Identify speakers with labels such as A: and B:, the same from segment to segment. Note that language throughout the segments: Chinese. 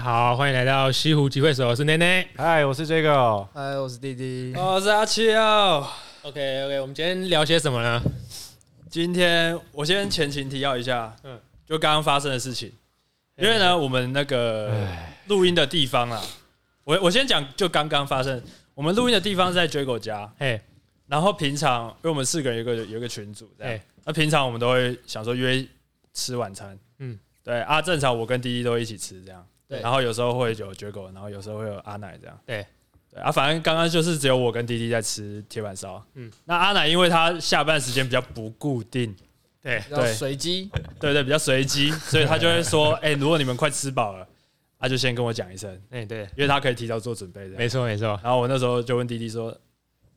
A: 好，欢迎来到西湖集会所，我是奈奈。
B: 嗨，我是这个。
C: 嗨，我是弟弟。
D: 我是阿七哦。
A: OK OK，我们今天聊些什么呢？
D: 今天我先前情提要一下，
A: 嗯
D: 嗯，就刚刚发生的事情。因为呢，我们那个录音的地方啊，我我先讲，就刚刚发生。我们录音的地方是在追狗家，
A: 嘿，
D: 然后平常因为我们四个人有一个有一个群组这样
A: 哎，
D: 那平常我们都会想说约吃晚餐，
A: 嗯
D: 嗯，对啊，正常我跟弟弟都会一起吃这样，
A: 对
D: 然后有时候会有绝狗，然后有时候会有阿奶这样，
A: 对，
D: 对啊，反正刚刚就是只有我跟弟弟在吃铁板烧，
A: 嗯
D: 嗯，那阿奶因为她下班时间比较不固定，
A: 对，
C: 然后
D: 对
C: 随机，
D: 对对，比较随机，所以她就会说，哎，如果你们快吃饱了，啊，就先跟我讲一声，
A: 哎、对，
D: 因为她可以提早做准备这
A: 没
D: 样。
A: 错没错，
D: 然后我那时候就问弟弟说，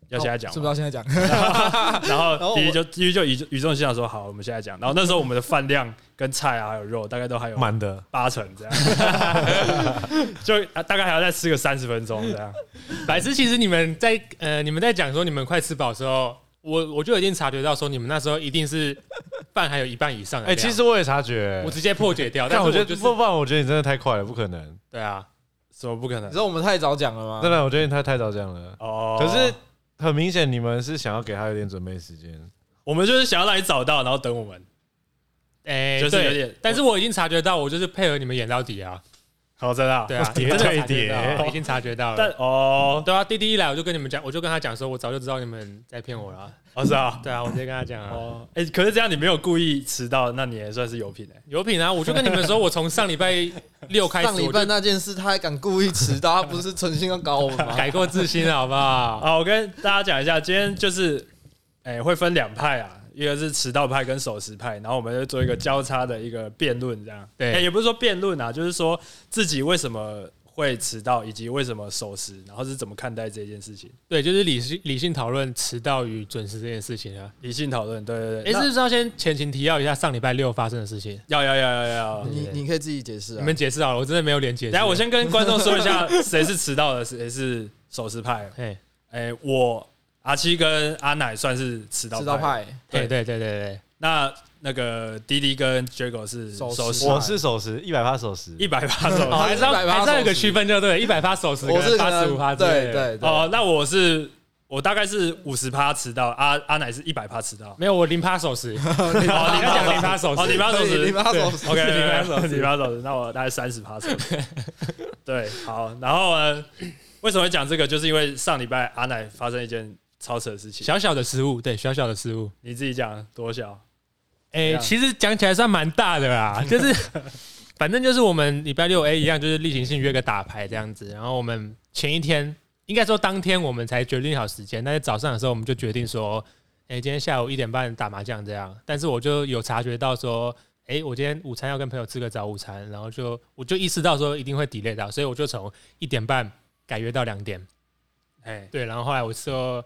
D: 要现在讲
C: 哦
D: 吗
C: 是不是要现在讲？
D: 然后
C: 后
D: 第一就第一就语语重心长说好，我们现在讲。然后那时候我们的饭量跟菜啊还有肉大概都还有
B: 满的，
D: 八成这样，就啊大概还要再吃个三十分钟这样。
A: 百思，其实你们在呃，你们在讲说你们快吃饱的时候，我我就已经察觉到说你们那时候一定是饭还有一半以上的
B: 哎，
A: 量。
B: 其实我也察觉
A: 我。直接破解掉，但
B: 但
A: 是
B: 我
A: 我
B: 觉
A: 就
B: 得
A: 是
B: 不不然，我觉得你真的太快了，不可能。
A: 对啊，
D: 什么不可
C: 你
D: 能
C: 知？道我们太早讲了吗？
B: 真的，我觉得你太太早讲了。
D: 哦，
B: 可是很明显，你们是想要给他有点准备时间。
D: 我们就是想要让你找到，然后等我们。
A: 哎、
D: 就是有点
A: 对，但是我已经察觉到，我就是配合你们演到底啊，
D: 好，真的啊
A: 对 啊，
B: 叠
A: 真的
B: 对
A: 察觉到
B: 叠
A: 已经察觉到
D: 但
A: 了。
D: 哦，
A: 对啊，弟弟一来我就跟你们讲，我就跟他讲说，我早就知道你们在骗我了啊。
D: 哦是啊，
A: 对啊，我直接跟他讲啊。
D: 哦，哎，可是这样你没有故意迟到，那你也算是有品哎。
A: 有品啊！我就跟你们说，我从上礼拜六开
C: 上
A: 始
C: 礼
A: 我
C: 拜
A: 就
C: 那件事，他还敢故意迟到，他不是存心要搞我们 吗？
A: 改过自新了，好不好？
D: 啊，我跟大家讲一下，今天就是，哎、会分两派啊，一个是迟到派跟守时派，然后我们就做一个交叉的一个辩论，这样。
A: 对
D: 哎也不是说辩论啊，就是说自己为什么会迟到，以及为什么守时，然后是怎么看待这件事情，
A: 对，就是理性理性讨论迟到与准时这件事情啊。
D: 理性讨论。对对
A: 哎，
D: 对，
A: 是
D: 那
A: 不是要先前情提要一下上礼拜六发生的事情？
D: 要要要要要。
C: 你
A: 对
C: 你可以自己解释
A: 你
C: 啊。
A: 们解释好了，我真的没有脸解释。
D: 等一下我，先跟观众说一下，谁是迟到的，谁是守时派。
A: 哎，
D: 哎、我阿七跟阿奶算是迟到
C: 迟到派，
A: 对对对对对，
D: 那那个滴滴跟 Jago 是
C: 守时
D: 守时
C: 派
B: 我是守时，一百趴守时。
D: 一百八十
A: 哦，还是要
C: 180
A: 还是要有个
C: 手持
A: 区分，就对，一百发手持，
C: 我是可
A: 八
C: 能
A: 十五发，
C: 对。对对，
D: 哦，那我是我大概是五十趴迟到，阿阿奶是一百趴 迟到。
A: 没有，我零趴手持。哦，你刚讲零趴手持，
D: 哦，你趴 手
C: 对
D: 指
C: 你妈手指
D: OK，
A: 你趴手指
D: 你趴手指，那我大概三十趴手 指。对，好，然后呢，为什么会讲这个？就是因为上礼拜阿奶发生一件超扯的事情，
A: 小小的失误，对，小小的失误。
D: 你自己讲多小？
A: 哎、
D: 这样
A: 其实讲起来算蛮大的 啦，就是反正就是我们礼拜六 A 一样，就是例行性约个打牌这样子。然后我们前一天，应该说当天我们才决定好时间，但是早上的时候我们就决定说，哎、今天下午一点半打麻将这样。但是我就有察觉到说，哎、我今天午餐要跟朋友吃个早午餐，然后就我就意识到说一定会 delay 到，所以我就从一点半改约到两点。
D: 哎，
A: 对，然后后来我吃了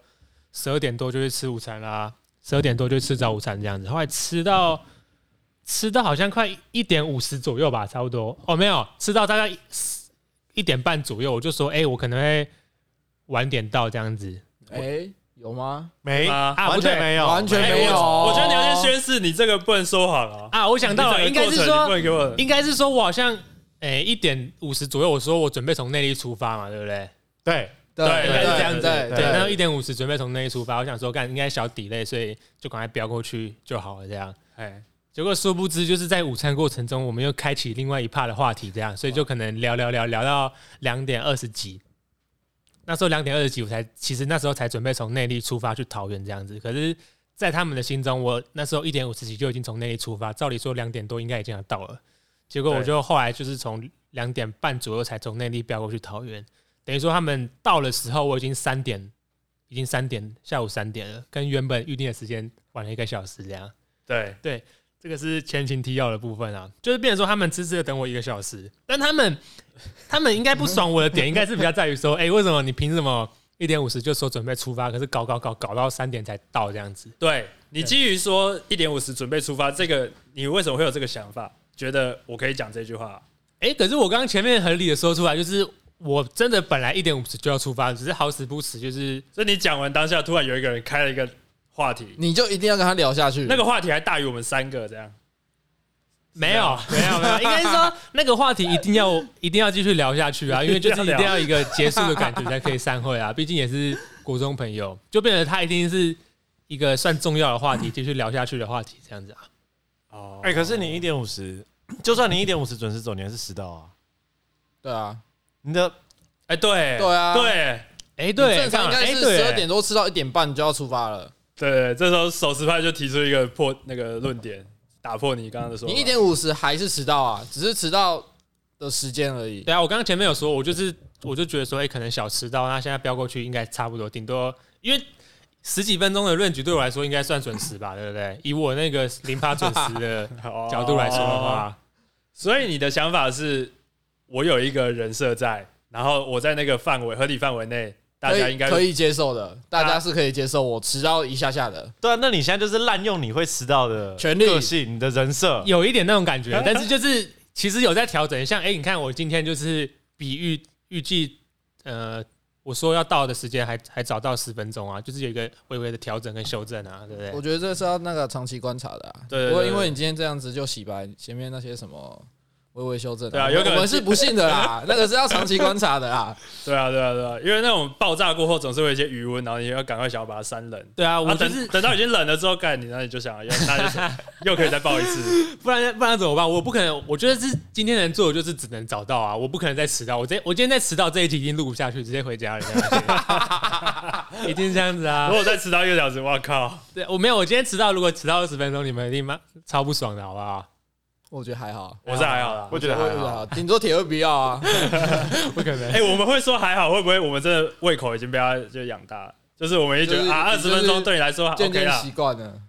A: 十二点多就去吃午餐啦，十二点多就吃早午餐这样子。后来吃到吃到好像快一点五十左右吧，差不多哦，没有吃到大概一点半左右，我就说，哎、我可能会晚点到这样子
C: 哎，有吗？
B: 没
D: 啊
A: 啊，
B: 完
A: 不
B: 全
A: 对
B: 没有，
C: 完全
D: 哎
C: 没有
D: 我我觉得你要先宣誓，你这个不能说谎啊。
A: 啊，我想到了，
D: 你
A: 应
D: 整个
A: 该是
D: 过程你不
A: 说，
D: 能给我
A: 应该是说我好像，哎、一点五十左右，我说我准备从内地出发嘛，对不对？
B: 对，
C: 对
D: 对
C: 对
D: 应该是这样子
C: 对
A: 对，然后一点五十准备从内地出发，我想说干应该小 delay，所以就赶快飙过去就好了这样。
D: 哎，
A: 结果殊不知，就是在午餐过程中，我们又开启另外一 part 的话题，这样，所以就可能聊聊聊聊到两点二十几。那时候两点二十几，我才其实那时候才准备从内地出发去桃园这样子。可是，在他们的心中，我那时候一点五十几就已经从内地出发，照理说两点多应该已经要到了。结果我
D: 对
A: 就后来就是从两点半左右才从内地飙过去桃园，等于说他们到的时候，我已经三点，已经三点，下午三点了，跟原本预定的时间晚了一个小时这样。
D: 对，
A: 这个是前情提要的部分啊，就是变成说他们痴痴的等我一个小时，但他们他们应该不爽我的点，应该是比较在于说，哎、 为什么你凭什么一点五十就说准备出发，可是搞搞搞搞到三点才到这样子？
D: 对你基于说一点五十准备出发，这个你为什么会有这个想法？觉得我可以讲这句话？
A: 哎、可是我刚刚前面合理的说出来，就是我真的本来一点五十就要出发，只是好死不死就是
D: 所以你讲完当下，突然有一个人开了一个话题，
C: 嗯你就一定要跟他聊下去。
D: 那个话题还大于我们三个这样。
A: 没有，没有，没有，应该是说那个话题一定要 一定要继续聊下去啊，因为就是一定要一个结束的感觉才可以散 会啊，毕竟也是国中朋友，就变得他一定是一个算重要的话题，继续聊下去的话题这样子啊。
D: 哦
B: 哎、可是你一点五十，就算你一点五十准时走，你还是迟到啊。
C: 对啊，
B: 你的
D: 哎，对
C: 对啊
D: 对
A: 哎，对，
C: 正常应该
A: 哎
C: 是
A: 对
C: 十二点多吃到一点半就要出发了。
D: 对，这时候手持派就提出一个破那个论点，打破你刚刚的说法，
C: 你一点五十还是迟到啊？只是迟到的时间而已。
A: 对啊，我刚刚前面有说，我就是我就觉得说，哎、可能小迟到，那现在飙过去应该差不多，顶多因为十几分钟的论局对我来说应该算准时吧，对不对？以我那个零趴准时的
D: 哦
A: 角度来说的话，
D: 所以你的想法是，我有一个人设在，然后我在那个范围合理范围内，大
C: 可
D: 家
C: 以
D: 应该
C: 可以接受的，大家是可以接受我迟到一下下的。
B: 对啊，那你现在就是滥用你会迟到的
C: 权利
B: 个性，你的人设。
A: 有一点那种感觉，但是就是其实有在调整，像哎、你看我今天就是比预预计呃。我说要到的时间还还早到十分钟啊，就是有一个微微的调整跟修正啊，对不对？
C: 我觉得这是要那个长期观察的、啊，
D: 对对对
C: 不会因为你今天这样子就洗白前面那些什么微微修正、
D: 对啊有可能
C: 我们是不信的 啦，那个是要长期观察的啦。
D: 对啊对啊对啊，因为那种爆炸过后总是会有一些余温，然后你要赶快想要把它删冷。
A: 对啊，
D: 啊，
A: 我就
D: 等
A: 是、
D: 等到已经冷了之后，干你，那你就想要，那就又可以再爆一次。
A: 不然不然怎么办？我不可能，我觉得是今天能做的就是只能早到啊，我不可能再迟到。我这我今天再迟到这一集已经录不下去，直接回家了，这样子一定这样子啊
D: 如。果再迟到一个小时，我靠！
A: 对，我没有，我今天迟到，如果迟到二十分钟，你们一定妈超不爽的，好不好？
C: 我觉得还好，
D: 我是还好啦。
B: 我觉得
C: 我觉
B: 还
C: 得还
B: 好，
C: 好，顶多铁会不要 啊。
A: 不可能。
D: 哎、我们会说还好，会不会我们真的胃口已经被他就养大了？就是我们也觉得、
C: 就是
D: 啊，二十分
C: 就
D: 钟
C: 是
D: 对你来说还
C: 渐
D: OK
C: 渐
D: 啦
C: 习，惯了，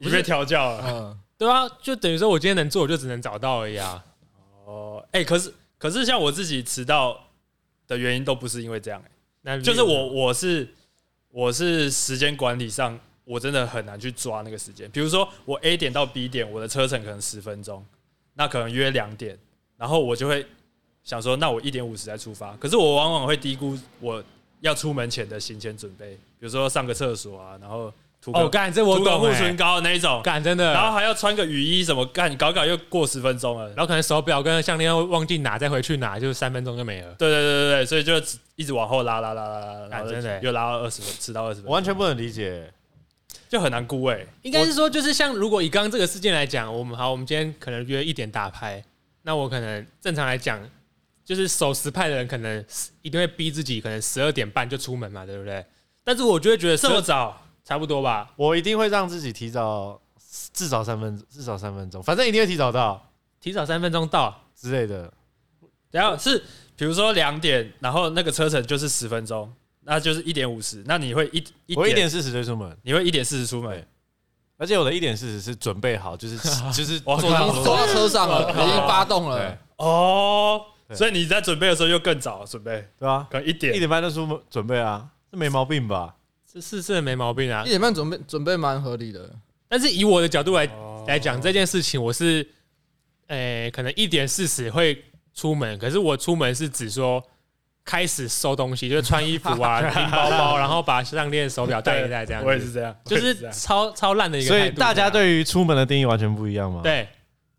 D: 已经被调教了。
C: 嗯，
A: 对啊，就等于说我今天能做，我就只能早到而已啊。
D: 哦，哎、可是可是像我自己迟到的原因都不是因为这样、欸，
A: 那
D: 就是我我是我是时间管理上我真的很难去抓那个时间。比如说我 A 点到 B 点，我的车程可能十分钟，那可能约两点，然后我就会想说，那我一点五十再出发。可是我往往会低估我要出门前的行前准备，比如说上个厕所啊，然后涂个、
A: 哦，干这我
D: 涂个
A: 懂、
D: 护
A: 欸
D: 唇，膏那一种，
A: 干真的。
D: 然后还要穿个雨衣什么，干搞搞又过十分钟了。
A: 然后可能手表跟项链要忘记拿，再回去拿，就是三分钟就没了。
D: 对对对对对，所以就一直往后拉拉拉拉拉，然
A: 啊
D: 后
A: 真的欸
D: 又拉到二十分，迟到二十分，
B: 我完全不能理解。
D: 就很难估哎、欸。
A: 应该是说，就是像如果以刚刚这个事件来讲，我们好，我们今天可能约一点打牌，那我可能正常来讲，就是守时派的人可能一定会逼自己，可能十二点半就出门嘛，对不对？但是我就会觉得这
D: 这么
A: 么
D: 早，
A: 差不多吧，
B: 我一定会让自己提早至少三分，至少三分钟，反正一定会提早到
A: 提早三分钟到，
B: 之类的。
D: 等一下是比如说两点，然后那个车程就是十分钟，那就是一点五十，那你会一一
B: 我一
D: 点
B: 点四十就出门，
D: 你会一点四十出门
B: 对，而且我的一点四十是准备好，就是 就是
D: 哇
B: 做
C: 我已
B: 到
C: 经走到车上 了，
D: 嗯
C: 已经发动
B: 对
C: 了，
D: 哦，
B: 对
D: 所以你在准备的时候又更早准备，
B: 对啊，
D: 可能一
B: 一
D: 点。
B: 点半就出门准备啊，这没毛病吧？
A: 这是是没毛病啊
C: 一。点半准备准备蛮合理的。
A: 但是以我的角度来
D: 哦
A: 来讲这件事情，我是，诶，可能一点四十会出门，可是我出门是指说开始收东西，就是穿衣服啊、拎包包，然后把项链、手表带一带这样子。
D: 啊我也是这样，
A: 就
D: 我也
A: 是
D: 这样
A: 超超烂的一个
B: 所
A: 态度。
B: 以大家
A: 啊
B: 对于出门的定义完全不一样嘛？，
A: 对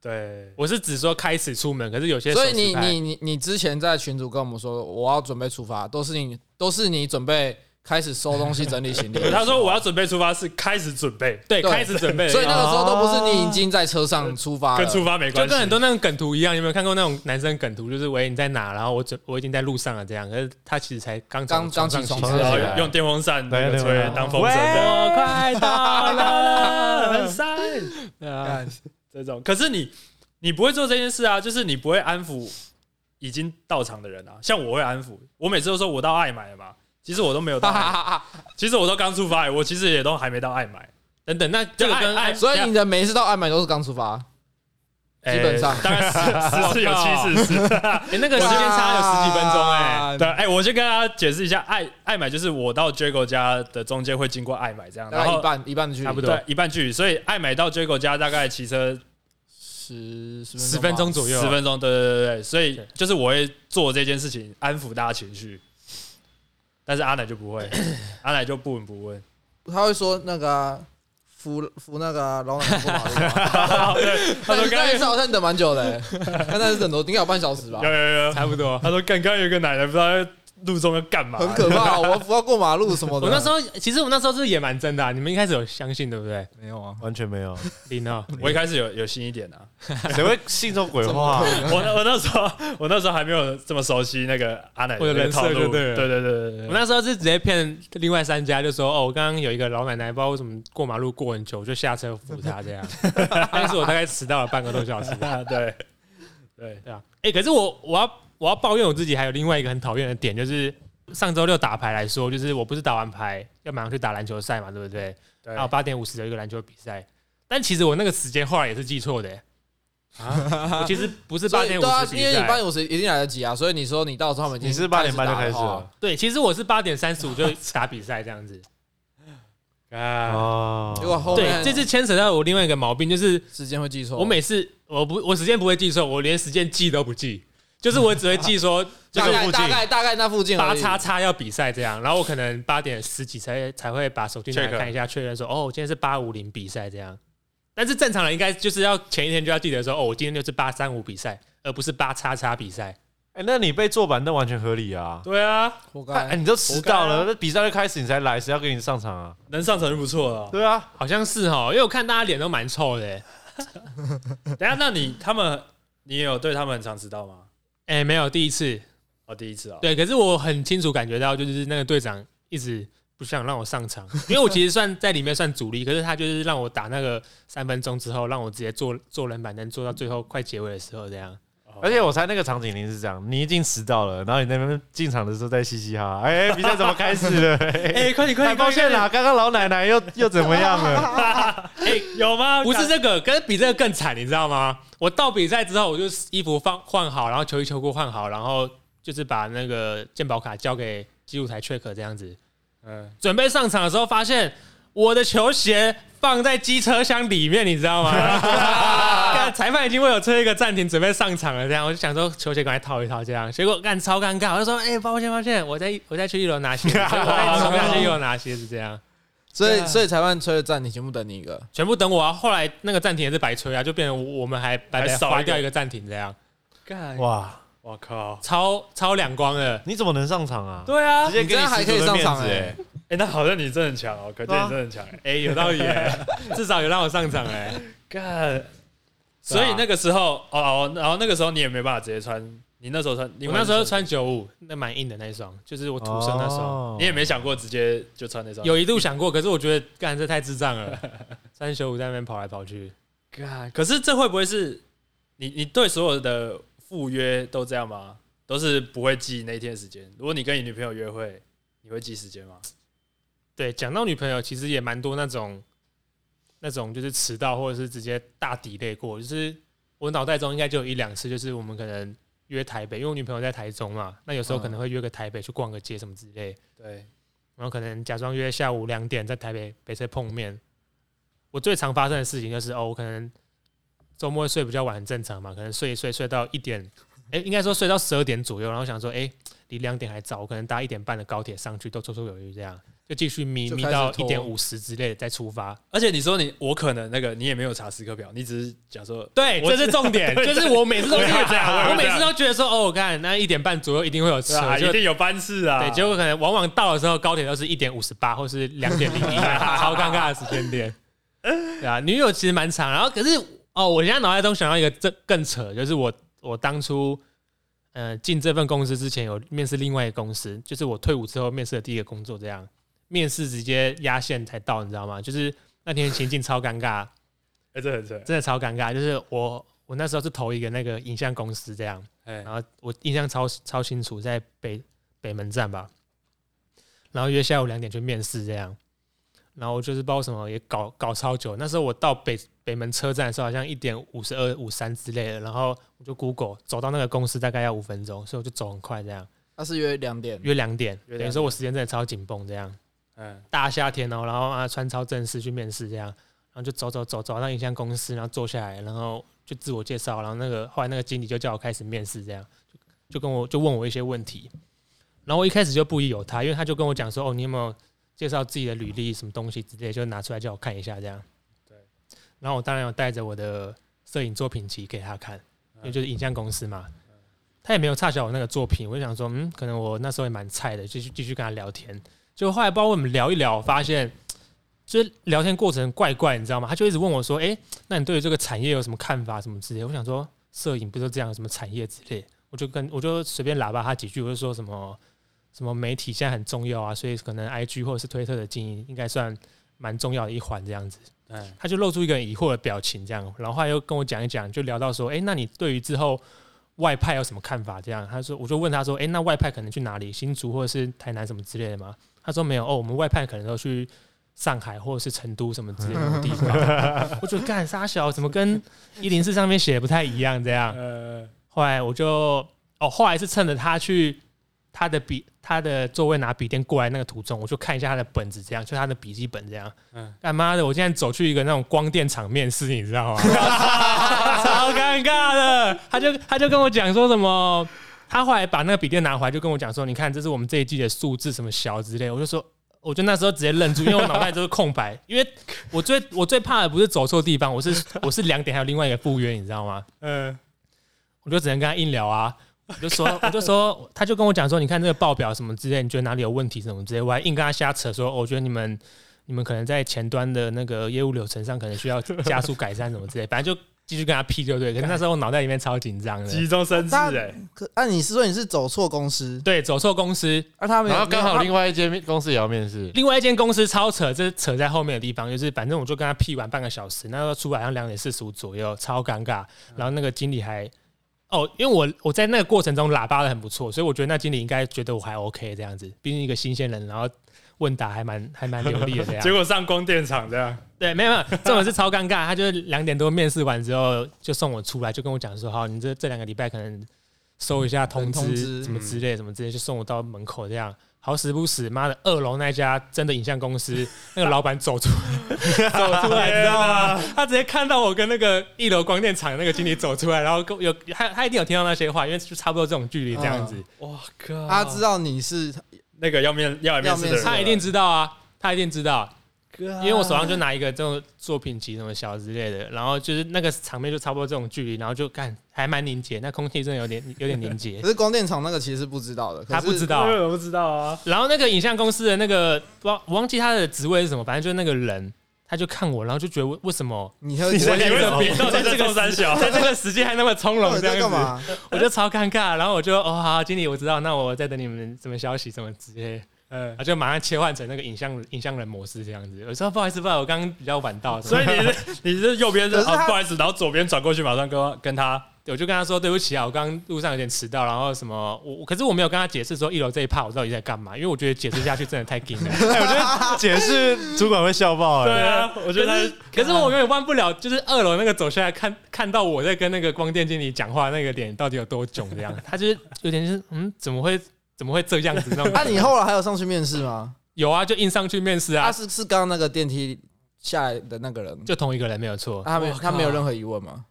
D: 对，
A: 我是只说开始出门，可是有些
C: 所以
A: 手持
C: 你
A: 牌
C: 你你你之前在群主跟我们说我要准备出发，都是你都是你准备开始收东西整理行李
D: ，他说我要准备出发是开始准备，
A: 对
C: 对
A: 开始准备了，
C: 所以那个时候都不是
B: 哦
C: 你已经在车上出发了，
D: 跟出发没
A: 就
D: 关系，
A: 跟很多那种梗图一样，你有没有看过那种男生梗图？就是喂你在哪？然后我准我已经在路上了这样，可是他其实才刚
C: 刚
A: 从
C: 刚起
A: 床
C: 床
A: 上
B: 床
A: 起
D: 然
B: 上
D: 后
A: 来
B: 起来
D: 用电风扇
B: 对
D: 那个
B: 对
D: 吹
B: 对
D: 当风哦筝这样。
A: 我快到了，很晒。对啊
C: 干
D: 这种。可是你你不会做这件事啊，就是你不会安抚已经到场的人啊。像我会安抚，我每次都说我到爱买了嘛，其实我都没有到爱买， 其实我都刚出发、我其实也都还没到爱买。
A: 等等，那这个跟哎
D: 爱爱
C: 所以你的每一次到安买都是刚出 发，基本上
D: 欸大概十十次 有七次是。
A: 哎那个时间差有十几分钟哎，
D: 对，哎、我先跟大家解释一下，爱爱买就是我到 Jago 家的中间会经过爱买这样，
C: 大
D: 然
C: 概一
D: 后
C: 半一半的距离，
A: 差不多
D: 对一半距离，所以爱买到 Jago 家大概骑车
C: 十十
A: 十分钟
C: 吧
A: 左右
D: 十。分钟，对对对对，所以
A: 对
D: 就是我会做这件事情安抚大家情绪， 但是阿奶就不会，阿奶就不闻不问，
C: 他会说那个啊扶扶那个啊老奶奶过马路啊。
D: 对，他
C: 但
D: 说
C: 是
D: 刚
C: 那一次
D: 才
C: 好像你等蛮久的欸，那那是等多，应该有半小时吧
D: 有，有有，
A: 差不多。
D: 他说干，刚刚有一个奶奶不知道在路中要干嘛，
C: 很可怕。我扶到过马路什么的。
A: 我那时候其实我那时候是也蛮真的、啊，你们一开始有相信对不对？
C: 嗯
E: 没有啊，
B: 完全没有，
A: 林哦，
D: 我一开始有有信一点啊，
B: 谁会信这种鬼话？
D: 我那我那时候我那时候还没有这么熟悉那个阿奶
A: 我的
D: 那个
A: 人设
D: 套路，
A: 就对
D: 对
A: 了
D: 对对对对
A: 我那时候是直接骗另外三家，就说哦，我刚刚有一个老奶奶，不知道为什么过马路过很久，我就下车扶她这样。但是我大概迟到了半个多小时，
D: 对对对，
A: 对啊。哎、可是我我要我要抱怨我自己，还有另外一个很讨厌的点，就是上周六打牌来说，就是我不是打完牌要马上去打篮球赛嘛，对不对？
D: 对
A: 然后八点五十有一个篮球比赛，但其实我那个时间后来也是记错的、欸啊，我其实不是
C: 所
A: 八
C: 以
A: 点五
C: 对啊，
A: 十
C: 因
A: 比
C: 为你八
A: 赛，
C: 点五十一定来得及啊，所以你说你到时候他们已经
B: 你是八点半就开始
C: 打啊了
B: 了
C: 话，
A: 对，其实我是八点三十五就打比赛这样 子。
D: 啊，
B: 哦，
C: 结果后
A: 对，
C: 面
A: 这次牵扯到我另外一个毛病，就是
C: 时间会记错。
A: 我每次我不我时间不会记错，我连时间记都不 记，就是我只会记说就
C: 大
A: 是
C: 概大概大概那附近
A: 八
C: 而已
A: 叉叉要比赛这样，然后我可能八点十几才才会把手机拿来
D: Check
A: 看一下，确认说哦，今天是八五零比赛这样。但是正常人应该就是要前一天就要记得说哦，我今天就是八三五比赛，而不是八叉叉比赛。
B: 哎，那你被坐板凳完全合理啊。
D: 对啊，
C: 活
B: 哎，
C: 该。
B: 你都迟到了，那比赛就开始你才来，谁要跟你上场啊？
D: 能上场就不 错了。
B: 对啊，
A: 好像是哦，因为我看大家脸都蛮臭的欸。
D: 等一下，那你他们你有对他们很常迟到吗？
A: 哎、没有第一次，
D: 哦，第一次啊，
A: 对，可是我很清楚感觉到，就是那个队长一直不想让我上场，因为我其实 算在里面算主力，可是他就是让我打那个三分钟之后，让我直接坐坐冷板凳坐到最后快结尾的时候这样。
D: 哦
B: 而且我猜那个场景林是这样，你已经迟到了，然后你那边进场的时候在嘻嘻哈哈，哎，比赛怎么开始了？哎，
A: 快点
B: 太抱歉
A: 啦！
B: 啦，刚刚老奶奶又又怎么样 了？
D: 哎，有吗？
A: 不是这个，可是比这个更惨，你知道吗？我到比赛之后，我就衣服放换好，然后球衣球裤换好，然后就是把那个健保卡交给记录台 check 这样子。
D: 嗯，
A: 准备上场的时候，发现我的球鞋放在机车厢里面，你知道吗？ 干裁判已经为我吹一个暂停，准备上场了。这样，我就想说球鞋赶快套一套，这样。结果干超尴尬，我就说：“哎、抱歉，抱歉，我在我在去一楼拿鞋子，所以我在冲下去一楼拿鞋子。”这样，
C: 所以所以裁判吹了暂停，全部等你一个。
A: 全部等我啊。后来那个暂停也是白吹啊，就变成我们还白白
D: 还少一个
A: 花掉一个暂停，这样
D: 干，
B: 哇，
D: 我靠，
A: 超超两光的。
B: 你怎么能上场啊？
D: 对啊
B: 直，接给
C: 你这样
B: 你
C: 还
B: 十
C: 可以
B: 足的
C: 上
B: 面
C: 场
B: 子
C: 哎
B: 哎。
D: 哎，那好像你真的很强哦，可见你真的很强哎，
A: 哎、有道理、欸，至少有让我上场哎、
D: 干。所以那个 时候，哦哦，然后那个时候你也没办法直接穿，你那时候穿，你
A: 我那时候，穿九五，那蛮硬的那一双，就是我土生那双。
B: 哦
D: 你也没想过直接就穿那双，
A: 有一度想过，可是我觉得干这太智障了，三九五在那边跑来跑去，
D: 干，可是这会不会是你你对所有的赴约都这样吗？都是不会记那一天的时间。如果你跟你女朋友约会，你会记时间吗？
A: 对，讲到女朋友，其实也蛮多那种那种就是迟到或者是直接大抵累过，就是我脑袋中应该就有一两次，就是我们可能约台北，因为我女朋友在台中嘛，那有时候可能会约个台北去逛个街什么之类，
D: 对，
A: 然后可能假装约下午两点在台北北车碰面。我最常发生的事情就是，哦，我可能周末睡比较晚，很正常嘛，可能睡一睡睡到一点，哎、应该说睡到十二点左右，然后想说，哎、离两点还早，我可能搭一点半的高铁上去，都绰绰有余，这样就继续眯
C: 就
A: 眯
C: 开始
A: 到一
C: 拖
A: 点五十之类的再出发。
D: 而且你说你我可能那个你也没有查时刻表，你只是讲说
A: 对，啊
D: 我
A: 这是重点，就是我每次都
D: 我
A: 觉
D: 也会这样我
A: 得，我
D: 也会
A: 每
D: 这
A: 次
D: 样
A: 都觉得说，哦，我看那一点半左右一定会有车
D: 是，啊，
A: 就
D: 一定有班次啊，
A: 对，结果可能往往到的时候，高铁都是一点五十八或是两点零一，超尴尬的时间点。对啊，女友其实蛮长，然后可是哦，我现在脑袋中想到一个这更扯，就是我我当初呃进这份公司之前有面试另外一个公司，就是我退伍之后面试的第一个工作，这样面试直接压线才到，你知道吗？就是那天情境超尴尬，
D: 哎，这很扯，
A: 真的超尴尬，就是我我那时候是投一个那个影像公司这样。
D: 哎
A: 然后我印象超超清楚，在北北门站吧，然后约下午两点去面试这样，然后我就是不知道为什么也搞搞超久，那时候我到北北门车站的时候好像一点五十二五三之类的，然后我就 Google 走到那个公司大概要五分钟，所以我就走很快这样，
C: 他是约两点，
A: 约两点，
D: 约
A: 等于
D: 2
A: 说我时间真的超紧绷这样，
D: 嗯，
A: 大夏天哦，然后啊穿超正式去面试这样，然后就走走走走到影像公司，然后坐下来，然后就自我介绍，然后那个后来那个经理就叫我开始面试，这样就就跟我就问我一些问题，然后我一开始就不疑有他，因为他就跟我讲说哦你有没有介绍自己的履历什么东西之类，就拿出来叫我看一下这样。
D: 对，
A: 然后我当然有带着我的摄影作品集给他看，因为就是影像公司嘛，他也没有差小我那个作品，我就想说，嗯，可能我那时候也蛮菜的，继续继续跟他聊天。就后来不知道为什么聊一聊，发现就是聊天过程怪怪，你知道吗？他就一直问我说：“诶，那你对于这个产业有什么看法？什么之类？”我想说，摄影不就这样，有什么产业之类？我就跟我就随便喇叭他几句，我就说什么什么媒体现在很重要啊，所以可能 IG 或者是推特的经营应该算蛮重要的一环这样子。
D: 哎，
A: 他就露出一个疑惑的表情，这样，然后后来又跟我讲一讲，就聊到说，哎、那你对于之后外派有什么看法？这样，他说，我就问他说，哎、那外派可能去哪里？新竹或者是台南什么之类的吗？他说没有，哦，我们外派可能都去上海或者是成都什么之类的地方。我就干傻小，怎么跟一零四上面写的不太一样？这样，
D: 呃，
A: 后来我就哦，后来是趁着他去他的笔他的座位拿笔电过来那个途中，我就看一下他的本子，这样就他的笔记本这样。
D: 嗯
A: 干妈的，我现在走去一个那种光电厂面试，你知道吗？超尴尬的，他就他就跟我讲说什么。他后来把那个笔电拿回来，就跟我讲说：“你看，这是我们这一季的数字什么小之类。”我就说，我就那时候直接愣住，因为我脑袋都是空白。因为我最我最怕的不是走错地方，我是我是两点还有另外一个赴约，你知道吗？
D: 嗯，
A: 我就只能跟他硬聊啊。我就说， 我就说，他就跟我讲说，你看这个报表什么之类，你觉得哪里有问题什么之类，我还硬跟他瞎扯说，哦我觉得你们你们可能在前端的那个业务流程上可能需要加速改善什么之类，反正就继续跟他批就对。可是那时候我脑袋里面超紧张的，
D: 急中生智
C: 那
D: 哎，
C: 可按、你是说你是走错公司，
A: 对，走错公司，
C: 而他们
B: 然后刚好另外一间面公司也要面 试，
A: 另外一间公司超扯，这是扯在后面的地方，就是反正我就跟他屁完半个小时，那时候出来好像两点四十五左右，超尴尬。然后那个经理还哦，因为我我在那个过程中喇叭的很不错，所以我觉得那经理应该觉得我还 OK 这样子，毕竟一个新鲜人，然后问答还蛮还蛮流利的这样
D: 结。果上光电厂这样，
A: 对，没有没有，这种是超尴尬。他就是两点多面试完之后就送我出来，就跟我讲说：“好，你这这两个礼拜可能收一下通知，
C: 通知嗯
A: 什么之类，什么之类，就送我到门口这样。”好死不死，妈的，二楼那家真的影像公司 那个老板走出 走出来，你知道吗？他直接看到我跟那个一楼光电厂的那个经理走出来，然后跟有他他一定有听到那些话，因为就差不多这种距离这样子，
D: 哇靠
C: 他知道你是
D: 啊那个要面要来面试的 人，
A: 他一定知道啊，他一定知道。
D: 因
A: 因为我手上就拿一个这种作品集什么小之类的，然后就是那个场面就差不多这种距离，然后就看还蛮凝结，那空气真的有点 有点凝结
C: 可，是光电厂那个其实是不知道的，可
A: 他不
C: 是
A: 知道。
D: 我不知道啊，
A: 然后那个影像公司的那个，不知道我忘记他的职位是什么，反正就是那个人，他就看我，然后就觉得为为什么
C: 你喝
D: 你在
A: 我
D: 你
A: 两
D: 为
A: 个
D: 什么
A: 比
D: 到底在中山小？
A: 在这个时间还那么从
C: 到
A: 容
C: 底
A: 这样子，
C: 在干嘛？
A: 我就超尴尬。然后我就哦好，经理我知道，那我在等你们什么消息什么之类的，
D: 嗯
A: 然，后就马上切换成那个影像影像人模式这样子。我说不好意思，不好意思，我刚刚比较晚到，
D: 所 以你是 你是右边是
C: 可是他
D: 啊，不好意思，然后左边转过去，马上跟跟他
A: 我就跟他说对不起啊，我刚刚路上有点迟到，然后什么我，我可是我没有跟他解释说一楼这一趴我到底在干嘛，因为我觉得解释下去真的太硬了。
B: 哎，我觉 得解释主管会笑爆
D: 对
B: 哎。
D: 啊，我觉得他是
A: 可是我永远忘不了，就是二楼那个走下来看看到我在跟那个光电经理讲话那个脸到底有多囧这样，他就是有点就是嗯怎么会怎么会这样子那种
C: 那、
A: 感觉。
C: 啊你后来还有上去面试吗？
A: 有啊，就硬上去面试
C: 他、
A: 啊，
C: 是是刚刚那个电梯下来的那个人，
A: 就同一个人没有错，
C: 啊他没有
D: 我靠
C: 他没有任何疑问吗？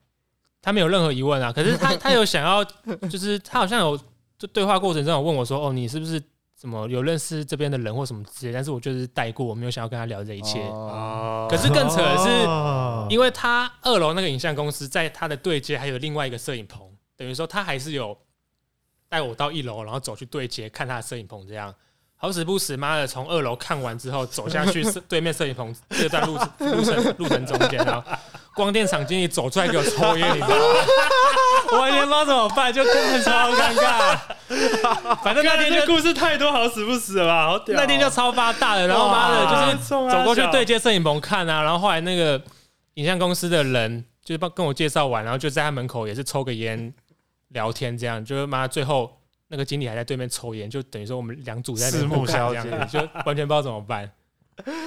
A: 他没有任何疑问啊。可是他他有想要，就是他好像有就对话过程中有问我说哦你是不是怎么有认识这边的人或什么之类，但是我就是带过，我没有想要跟他聊这一切。
C: 哦
B: 哦
A: 可是更扯的是
B: 哦
A: 因为他二楼那个影像公司在他的对接还有另外一个摄影棚，等于说他还是有带我到一楼，然后走去对接看他的摄影棚这样。好死不死，妈的！从二楼看完之后，走下去是对面摄影 棚这段路路程路程中间，然后光电厂经理走出来给我抽烟，你知道吗？我完全不知道怎么办，就真的超尴尬。反正那
D: 那
A: 天
D: 天
A: 就
D: 啊这故事太多，好死不死了吧？好屌哦，
A: 那天就超发大的，然后妈的，
B: 啊
A: 就是
D: 是
A: 走过去对接摄影棚看啊，然后后来那个影像公司的人就是帮跟我介绍完，然后就在他门口也是抽个烟聊天，这样就是妈最后那个经理还在对面抽烟，就等于说我们两组在那边
B: 四目
A: 互看
B: 交
A: 这样子
B: 接
A: 就完全不知道怎么办。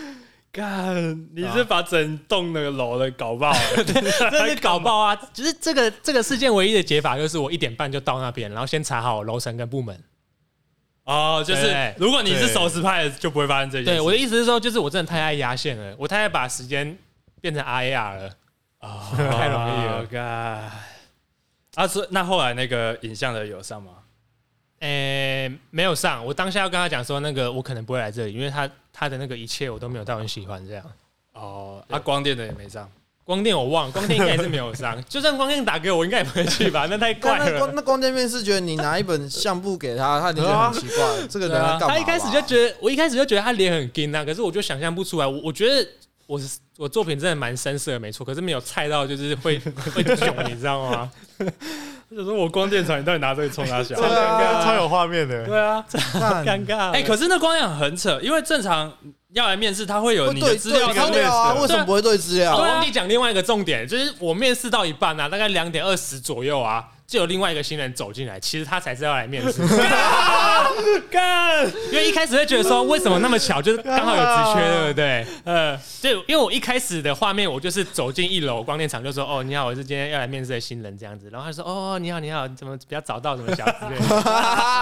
D: 干，你是把整栋那个楼的搞爆了，
A: 真的是搞爆啊！就是这个这个事件唯一的解法就是我一点半就到那边，然后先查好楼层跟部门。
D: 哦，就是
A: 对
D: 如果你是守时派的，就不会发生这件事。
A: 对我的意思是说，就是我真的太爱压线了，我太爱把时间变成 IAR 了。
D: 啊，
A: 太容易了
D: 干啊，所以那后来那个影像的有上吗？
A: 诶、没有上。我当下要跟他讲说，那个我可能不会来这里，因为他他的那个一切我都没有到很喜欢这样。
D: 哦，啊，光电的也没上，
A: 光电我忘 了，光电应该也是没有上。就算光电打给我，我应该也不会去吧？那太怪
C: 但那
A: 了
C: 光。那光电面是觉得你拿一本相簿给他，他一定觉得很奇怪，这个人
D: 对啊
C: 在干嘛吧？
A: 他一开始就觉得，我一开始就觉得他脸很硬啊，可是我就想象不出来。我我觉得我是我作品真的蛮深色的，没错，可是没有菜到就是会 会囧，你知道吗？
D: 就说我光电厂，你到底拿这个冲 他笑
B: 超？
C: 啊
B: 超有画面的，
A: 对啊，
C: 看
A: 尴尬。
D: 哎，可是那光电很扯，因为正常要来面试，他
A: 呃
D: 会有
C: 会
D: 你
C: 对
D: 的资料
C: 对资
D: 跟
C: 料啊，为什么不会对资料啊
A: 我？忘记讲另外一个重点，就是我面试到一半啊，大概两点二十左右啊，就有另外一个新人走进来，其实他才是要来面试，
D: 干，
A: 因为一开始会觉得说为什么那么巧，就是刚好有职缺，对不对？呃，就因为我一开始的画面，我就是走进一楼光电厂，就说哦你好，我是今天要来面试的新人这样子，然后他说哦你好你好，你怎么比较早到什么小之类的，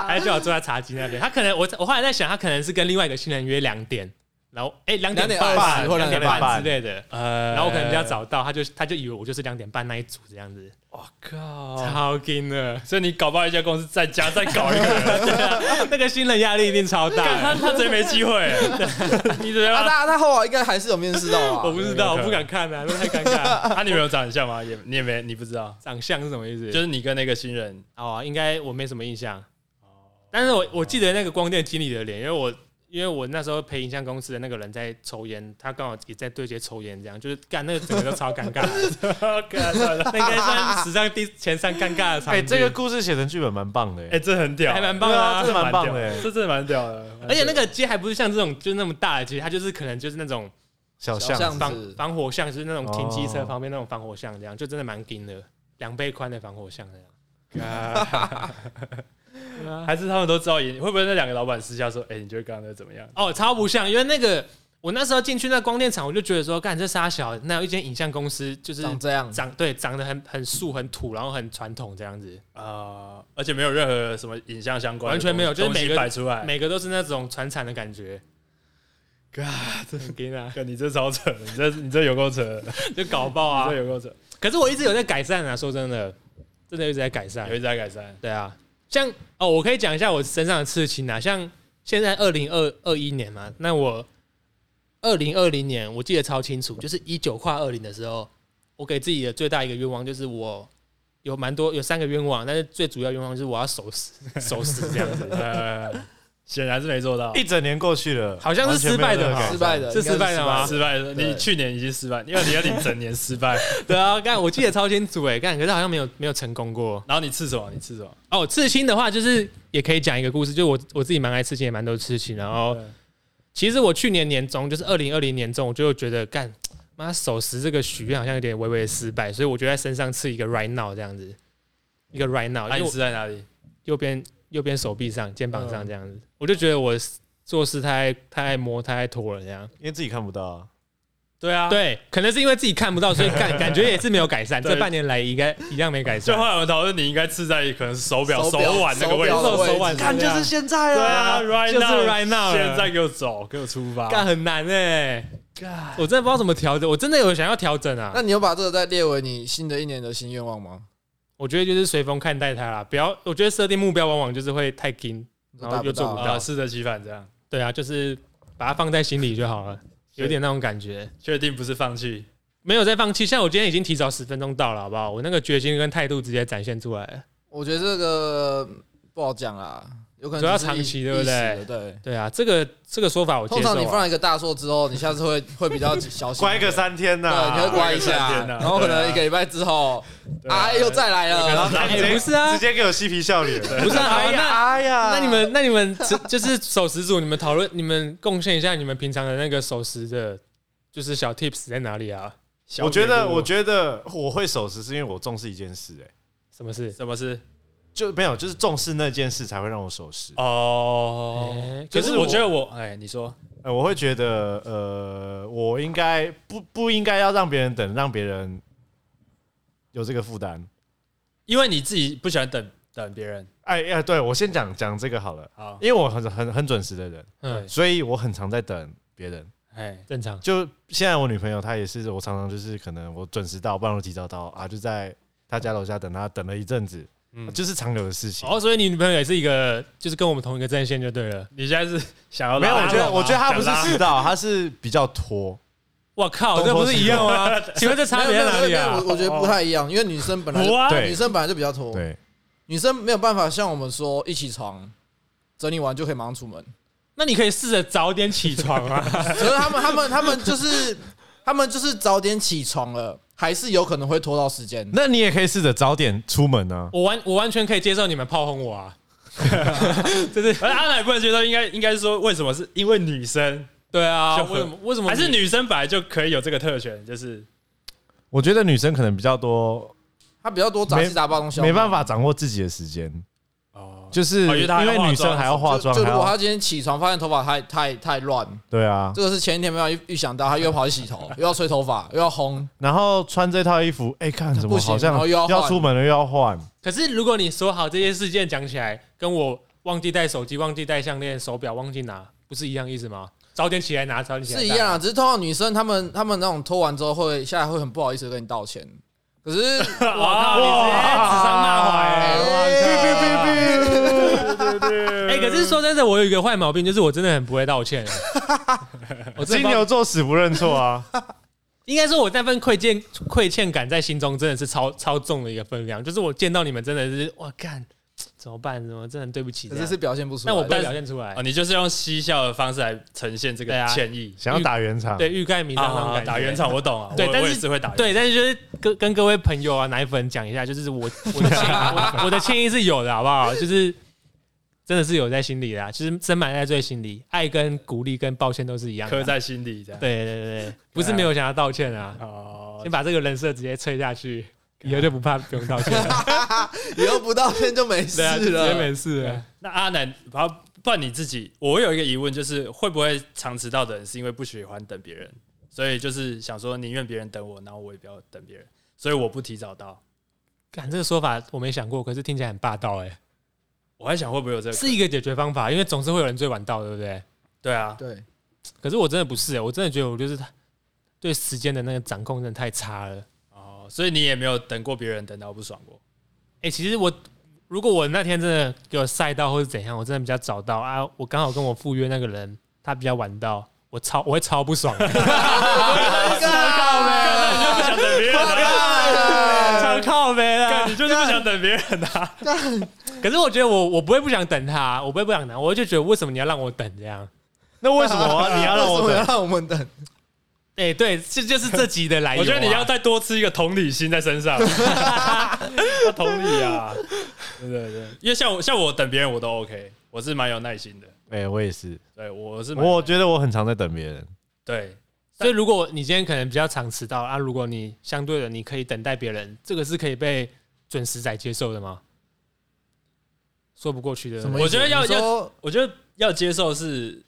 A: 还叫我坐在茶几那边，他可能我我后来在想，他可能是跟另外一个新人约两点。然后，哎，两点
C: 2:20
A: 半
C: 或
A: 两点半之
B: 2:30
A: 类的，
D: 呃
A: 然后我可能比较，早到，他就他就以为我就是两点半那一组这样子，
D: 我靠，。
A: 超劲的
D: 所以你搞不好一家公司在家再搞一个人，
A: 对啊 那个新人压力一定超
D: 他
A: 大，
D: 他贼没 机会，你怎么
C: 啊，
D: 样？
C: 他他后来应该还是有面试到
A: 我
C: 啊。
A: 不知道，我不敢看啊，那太尴 尬。
D: 他女朋友长得像吗？也你也没你不知道，
A: 长相是什么意思？
D: 就
A: 就是
D: 你跟那个新人
A: 哦，应该我没什么印象。但是我我记得那个光电经理的脸，因为我因为我那时候陪影像公司的那个人在抽烟，他刚好也在对接抽烟，这样就是干那个整个都超尴尬， 那应该算史上第前三尴尬的场
B: 哎，
A: 景。
B: 这个故事写成剧本蛮棒的，
D: 哎、这很屌，
A: 还蛮棒的啊
B: 这蛮棒的欸
D: 屌这真的蛮屌的。
A: 而且那个街还不是像这种就是那么大的街，它就是可能就是那种
B: 小
C: 小
B: 象
C: 象
A: 防
C: 是
A: 防火巷，就是那种停机车
B: 哦
A: 旁边那种防火巷，这样就真的蛮硬的，两倍宽的防火巷这样。
D: 还是他们都知道演，会不会那两个老板私下说，哎、你觉得刚刚那个怎么样？
A: 哦，超不像，因为那个我那时候进去那光电厂，我就觉得说，干这仨小，那有一间影像公司就是
C: 长这样，
A: 长对长得很很素很土，然后很传统这样子，
D: 啊、而且没有任何什么影像相关的东西，
A: 完全没有就是每个
D: 东西摆出
C: 哎
D: 来。
A: 每个都是那种传产的感觉。God，很 硬啊，
D: 干你这超扯的，你这你这有够扯的，你
A: 就搞爆啊
D: 这！有够扯，
A: 可是我一直有在改善啊，说真的，真的一直在改善
D: 有。一直在改善。
A: 对啊，像哦，我可以讲一下我身上的刺青啊，像现在二零二二一年嘛，那我二零二零年我记得超清楚，就是一九跨二零的时候，我给自己的最大一个愿望就是我有蛮多有三个愿望，但是最主要愿望就是我要守死守死这样子，
D: 呃，显然是没做到，
B: 一整年过去了，
A: 好像是失败的
B: 完全没有任何
A: 吧
B: 改善
C: 失败的
A: 啊是失败的吗
D: 失败了。
C: 啊对
D: 你去年已经失败，因为你要你整年失败。
A: 对啊，干我记得超清楚哎、干可是好像没有没有成功过
D: 然后你吃什么？你吃什么？
A: 哦。刺青的话，就是也可以讲一个故事，就我我自己蛮爱刺青，也蛮多刺青，然后。其实我去年年中，就是二零二零年中，我就觉得干妈守时这个许愿好像有点微微的失败，所以我就在身上刺一个 right now 这样子，一个 right now，
D: 那、
A: 因
D: 啊你
A: 为
D: 吃在哪里？
A: 右边右边手臂上、肩膀上这样子，我就觉得我做事太太磨、太拖了这样。
B: 因为自己看不到啊。
D: 对啊，
A: 对，可能是因为自己看不到，所以感感觉也是没有改 善。
D: 对
A: 这半年来应该一样没改
D: 就
A: 善
D: 后。来我们讨论，你应该吃在可能手表、
C: 手
D: 手
C: 表
D: 腕那个位置
C: 手，表的位置
A: 干就是
B: 现在
D: 对啊，right
A: 就是
D: now，
A: right now 了
D: 现在给我走，给我出发。
A: 干很难哎、我真的不知道怎么调整，我真的有想要调整啊
C: 那。你有把这个再列为你新的一年的新愿望吗？
A: 我觉得就是随风看待它啦，不要，我觉得设定目标往往就是会太紧，然后又做不
C: 达
A: 到
C: 不到
D: 啊，适得其反，这样
A: 对啊，就是把它放在心里就好了，有点那种感觉，
D: 确定不是放弃。
A: 没有在放弃。像我今天已经提早十分钟到了，好不好？我那个决心跟态度直接展现出来了。
C: 我觉得这个不好讲啦，有可能
A: 主要
C: 只是
A: 长
C: 一
A: 期对不
C: 一时
A: 对
C: 的对。
A: 对啊，这个这个说法我接
C: 通
A: 受、
C: 常你放
A: 啊。
C: 了一个大错之后，你下次会会比较 小心，
B: 乖个三天呐、
A: 啊
C: 对，你会乖一
D: 乖个三
C: 下，
D: 天啊
C: 然后可
D: 对
C: 能
D: 啊
C: 一个礼拜 之后，
D: 对啊
C: 啊又再来了，然后
A: 哎、
B: 直接
A: 不是啊
B: 直，接给我嬉皮笑脸。
A: 不是啊。好那
B: 哎呀
A: 那你们那你们只就是守时组，你们讨论，你们贡献一下你们平常的那个守时的，就是小 tips 在哪里啊？
B: 我觉
D: 小
B: 得，
D: 礼物
B: 我觉得我会守时，是因为我重视一件事、哎，
A: 什么事？
D: 什么是
B: 就没有，就是重视那件事才会让我守时。
D: 哦？
A: 哎
D: 可
A: 可
D: 是
A: 是
D: 我
A: 我
D: 觉得我哎，你说
B: 呃，我会觉得，呃，我应该不不应该要让别人等，让别人有这个负担。
D: 因为你自己不喜欢等等别人，
B: 哎呀，对我先讲讲这个好了，
D: 好，
B: 因为我很很很准时的人，
A: 嗯，
B: 所以我很常在等别人。
D: 哎，
A: 正常。
B: 就现在我女朋友她也是，我常常就是可能我准时到，不然我提早到啊，就在她家楼下等她，等了一阵子，
D: 嗯，
B: 就是常有的事情。
A: 哦，所以你女朋友也是一个，就是跟我们同一个阵线就对了。
D: 你现在是想要
B: 没有，我
D: 拉
B: 觉得
D: 拢
B: 我觉得他不是
D: 想拉
B: 迟到，他是比较拖。
A: 我靠，这不是一样吗？ 请问这差别在哪里
C: 没有没有没
A: 啊哦
C: 有？我我觉得不太一样，因为女生本来
D: 不啊
B: 对
C: 女生本来就比较拖，
B: 对，
C: 女生没有办法像我们说一起床整理完就可以马上出门，
A: 那你可以试着早点起床啊。
C: 可是他们他们他们就是他们就是早点起床了，还是有可能会拖到时间。
B: 那你也可以试着早点出门啊。
A: 我完我完全可以接受你们炮轰我啊， 就是
D: 而阿奶不能接受，应该应该是说为什么是因为女生，
A: 对啊，
D: 就
A: 为什么为什么
D: 还是女生本来就可以有这个特权，就是
B: 我觉得女生可能比较多，
C: 他比较多杂七杂八东西，
B: 没办法掌握自己的时间，
D: 哦，
B: 就是
D: 哦因为
B: 因
D: 她还要
B: 为女生还要化
C: 就
B: 妆，
C: 就
B: 还
C: 如果
B: 要
C: 他今天起床发现头发太太太乱，
B: 对啊。
C: 这个是前一天没有预预想到，他又跑去洗头，又要吹头发，又 要烘，
B: 然后穿这套衣服，哎，看怎么
C: 不行
B: 好像
C: 然后又要换
B: 要出门了，又要换。
A: 可是如果你说好这些事件讲起来，跟我忘记带手机、忘记带项链、手表、忘记拿，不是一样意思吗？早点起来拿，早点起来
C: 是
A: 戴
C: 一样啊。只是通常女生她们她们那种拖完之后会下来会很不好意思跟你道歉，可是
A: 我啊
B: 啊
A: 靠，你直接指桑骂槐欸哎，可是说真的，我有一个坏毛病，就是我真的很不会道 歉。我真的
B: 金
A: 不知道
B: 牛座死不认错 啊！
A: 应该说，我那份愧欠愧欠感在心中真的是超超重的一个分量。就是我见到你们，真的是哇干，怎么办？怎么真的很对不起这
C: 可
A: 样？
C: 是是表现不出来。
A: 但我不会表现出来
D: 哦，。你就是用嬉笑的方式来呈现这
A: 哎对
D: 个
A: 啊
D: 歉意
B: 想要打圆场，
A: 对，欲盖弥彰那种
D: 啊，
A: 感觉。
D: 打圆场我懂啊，
A: 对
D: 我
A: 但是
D: 我也是会打圆场，
A: 对，但是就是跟跟各位朋友啊、奶粉讲一下，就是我我的歉我我的歉意是有的，好不好？就是真的是有在心里的、啊，就是深埋在最心里，爱跟鼓励跟抱歉都是一样的啊。
D: 刻在心里这样。
A: 对对对对，不是没有想要道歉啊，
D: 哦
A: 先，把这个人设直接吹下去，以后就不怕不用道歉了，
C: 以后不道歉就没事
A: 对啊，就直接
C: 了。
A: 没事了。
D: 那阿南，不不然你自己，我有一个疑问，就是会不会常迟到的人是因为不喜欢等别人，所以就是想说宁愿别人等我，然后我也不要等别人，所以我不提早到。
A: 干这个说法我没想过，可是听起来很霸道哎、
D: 我还想会不会有这个？
A: 是一个解决方法，因为总是会有人最晚到，对不对？
D: 对啊，
C: 对，
A: 可是我真的不是、欸，我真的觉得我就是对时间的那个掌控真的太差了。
D: 哦，所以你也没有等过别人等到不爽过。
A: 哎、其实我如果我那天真的给我晒到或是怎样，我真的比较早到啊，我刚好跟我赴约那个人他比较晚到，我超我会超不爽的，
D: 不想等别人
A: 啊超靠呗啦
D: 干，。你就是不想等别人啊！
A: 可是我觉得我我不会不想等他，我不会不想等，我就觉得为什么你要让我等这样？
B: 那为什 么啊你要让我
C: 为什么要
B: 等？
C: 让我们等？
A: 哎、对，这就是这集的来啊源、
D: 我觉得你要再多吃一个同理心在身上，要同理啊！对对对，因为像我像我等别人我都 OK，我是蛮有耐心的。
B: 哎，我也是，
D: 对，我是蛮
B: 我觉得我很常在等别人。
D: 对
A: 所以，如果你今天可能比较常迟到啊，如果你相对的你可以等待别人，这个是可以被准时仔接受的吗？说不过去的，
C: 什么意思？
D: 我觉得要
C: 你说
D: 我觉得要接受是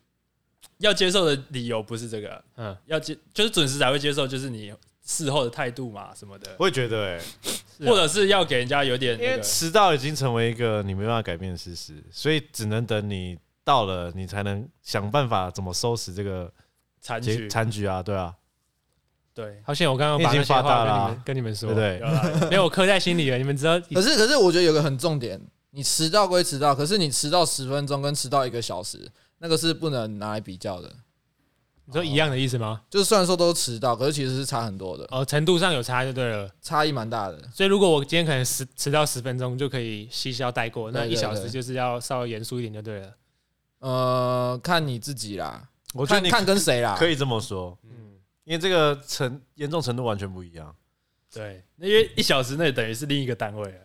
D: 要接受的理由不是这个，啊
A: 嗯，
D: 要接就是准时才会接受，就是你事后的态度嘛什么的，
B: 我也觉得，哎，
A: 是啊
D: 或者是要给人家有点
B: 因
D: 那
B: 为
D: 个
B: 迟到已经成为一个你没办法改变的事实，所以只能等你到了，你才能想办法怎么收拾这个
D: 残
B: 结
D: 局。
B: 残局啊，对啊，
D: 对，啊
A: 好险我刚刚把
B: 你
A: 那
B: 已经
A: 些
B: 发
A: 话
B: 大
A: 跟
B: 了
A: 你
B: 啊
A: 们跟你们说
B: 对不，对啊
D: 有？啦
A: 没有我刻在心里了，你们知道
C: 可是可是，我觉得有个很重点，你迟到归迟到，可是你迟到十分钟跟迟到一个小时，那个是不能拿来比较的。
A: 你说一样的意思吗？
C: 就是虽然说都是迟到，可是其实是差很多的，
A: 哦，程度上有差就对了。
C: 差异蛮大的。
A: 所以，如果我今天可能十迟到十分钟就可以嬉笑带过，那
C: 对
A: 一
C: 对
A: 小时
C: 对
A: 就是要稍微严肃一点就对了。
C: 呃，看你自己啦，
B: 我觉得
C: 看
B: 你
C: 看跟谁啦。
B: 可以这么说，
D: 嗯，
B: 因为这个程严重程度完全不一样。
D: 对，那因为一小时内等于是另一个单 位了，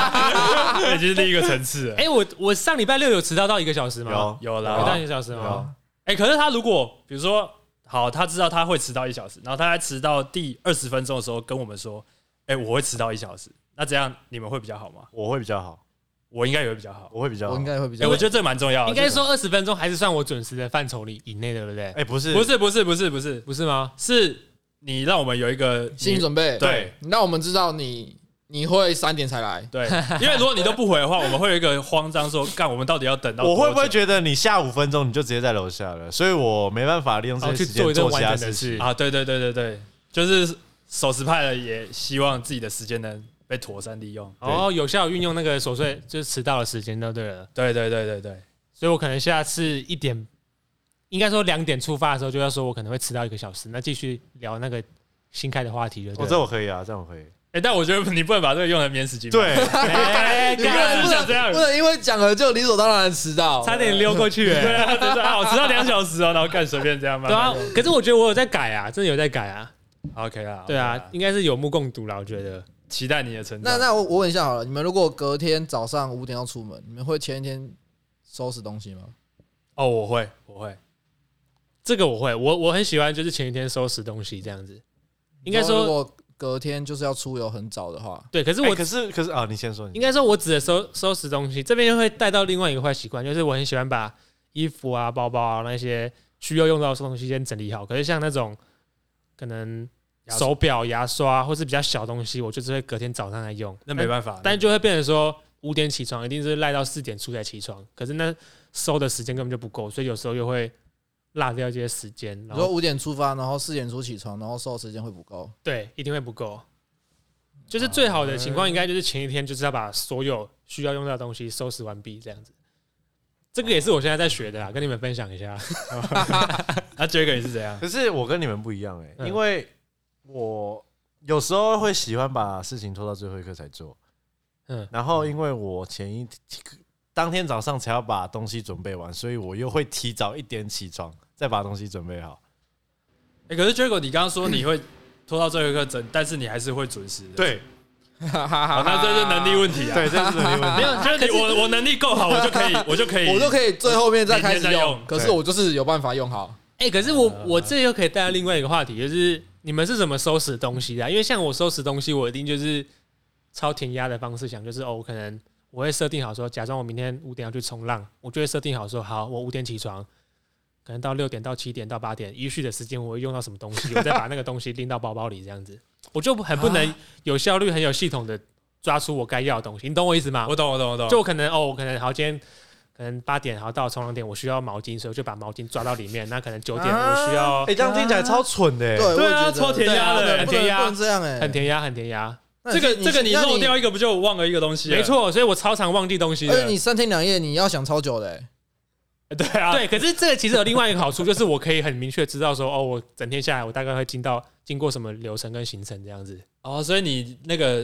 D: 那已经是另一个层次了。
A: 哎、我我上礼拜六有迟到到一个小时吗？
B: 有
D: 有
A: 有到
D: 啦
A: 一，个小时吗？
B: 有
D: 哎、可是他如果比如说，好，他知道他会迟到一小时，然后他在迟到第二十分钟的时候跟我们说，哎、我会迟到一小时，那这样你们会比较好吗？
B: 我会比较好，
D: 我应该也会比较好。
B: 啊我会比较
C: 我
B: 好
C: 应。该会比
D: 哎、
C: 较。
D: 我觉得这蛮重要的。
A: 应该说二十分钟还是算我准时的范畴里以内的，对不对？
B: 哎，不是
D: 不，是不是不是不是，
A: 不是吗？
D: 是你让我们有一个
C: 心理准备，
D: 对
C: 你让我们知道你你会三点才来。
D: 对，因为如果你都不回的话，我们会有一个慌张，说干我们到底要等到
B: 我会不会
D: 多久
B: 觉得你下五分钟你就直接在楼下了，所以我没办法利用这
A: 哦
B: 些
A: 去
B: 时
A: 做
B: 间
A: 一件
B: 做其
A: 完
B: 他
A: 整的
B: 事
A: 事
B: 情。
D: 啊？对对对对对，就是守时派的也希望自己的时间能被妥善利用。
A: 哦，有效运用那个琐碎就是迟到的时间就对了。
D: 对对对对对，
A: 所以我可能下次一点，应该说两点出发的时候，就要说我可能会迟到一个小时，那继续聊那个新开的话题就对
B: 哦，
A: 了。
B: 这我可以啊，这样我可以。
D: 哎，但我觉得你不能把这个用来免死金。，
B: 对，
A: 哎
C: 你
A: 干
D: 人
C: 不
D: 想这
C: 能
D: 样
C: 不能因为讲了就理所当然地迟到，
A: 差点溜过去、
D: 对
A: 哎
D: 啊，就是啊，我迟到两小时哦，然后干随便这样嘛。
A: 对啊，可是我觉得我有在改啊，真的有在改啊。
D: ，OK 啦，
A: 对
D: OK
A: 啊
D: 啦，，
A: 应该是有目共睹啦，我觉得。
D: 期待你的成
C: 那
D: 长。
C: 那我我问一下好了，你们如果隔天早上五点要出门，你们会前一天收拾东西吗？
D: 哦，我会，我会，
A: 这个我会，我我很喜欢，就是前一天收拾东西这样子。应该
C: 如
A: 说
C: 果隔天就是要出游很早的话，
A: 对，可是
B: 哎
A: 我
B: 可是可是啊，你先说，
A: 应
B: 你
A: 该说我指的收收拾东西，这边又会带到另外一个坏习惯，就是我很喜欢把衣服啊、包包啊那些需要用到的东西先整理好。可是像那种可能
D: 牙刷
A: 手表、牙刷或是比较小东西，我就是会隔天早上来用。
D: 那没办法，
A: 但就会变成说五点起床，一定是赖到四点出才起床，可是那收的时间根本就不够，所以有时候又会落掉这些时间，
C: 你
A: 然
C: 说
A: 后
C: 五点出发，然后四点出起床，然后收的时间会不 够。
A: 对，一定会不够。就是最好的情况，应该就是前一天就是要把所有需要用到的东西收拾完毕，这样子。这个也是我现在在学的啦，跟你们分享一下。
D: 那 Jack 你是怎样？
B: 可是我跟你们不一样哎、
A: 嗯
B: 因为我有时候会喜欢把事情拖到最后一刻才做，
A: 嗯
B: 嗯，然后因为我前一当天早上才要把东西准备完，所以我又会提早一点起床，再把东西准备好。
D: 哎，可是 Jack 你刚刚说你会拖到最后一刻整，但是你还是会准时的。
B: 对
D: 好，
C: 好
D: 哦那这是能力问题啊。
B: 对，这是你问 题。
D: 没有，就是你我我能力够好，我就可以，我就可以，
C: 我都可以最后面再开始
D: 明天再
C: 用
D: 用，
C: 可是
B: 对
C: 我就是有办法用好。
A: 哎、可是我我这又可以带到另外一个话题，就是你们是怎么收拾东西的啊、因为像我收拾东西，我一定就是超填鸭的方式想，就是哦，我可能我会设定好说，假装我明天五点要去冲浪，我就会设定好说，好，我五点起床，可能到六点到七点到八点依序的时间，我会用到什么东西，我再把那个东西拎到包包里，这样子，我就很不能有效率、很有系统的抓出我该要的东西，你懂我意思吗？
D: 我懂，我懂，我懂。
A: 就我可能哦，我可能好今天可能八点好到冲浪店，我需要毛巾，所以我就把毛巾抓到里面。那可能九点我需要
B: 哎、这样听起来超蠢的、欸。
C: 对，我也觉得
D: 超填鸭的
C: 对啊
A: 很
C: 不能
A: 填鸭
C: 不能这样哎，
A: 很填鸭，很填鸭，
C: 那
D: 这
C: 你
D: 个
C: 你
D: 这个你
C: 那
D: 漏掉一个，不就忘了一个东
C: 啊
D: 西？
A: 没，错。所以我超常忘记东西
C: 而且
A: 的
C: 哎你。三天两夜你要想超久的欸，
D: 对啊，
A: 对，可是这个其实有另外一个好处，就是我可以很明确知道说，哦，我整天下来我大概会经到经过什么流程跟行程这样子，
D: 哦，所以你那个，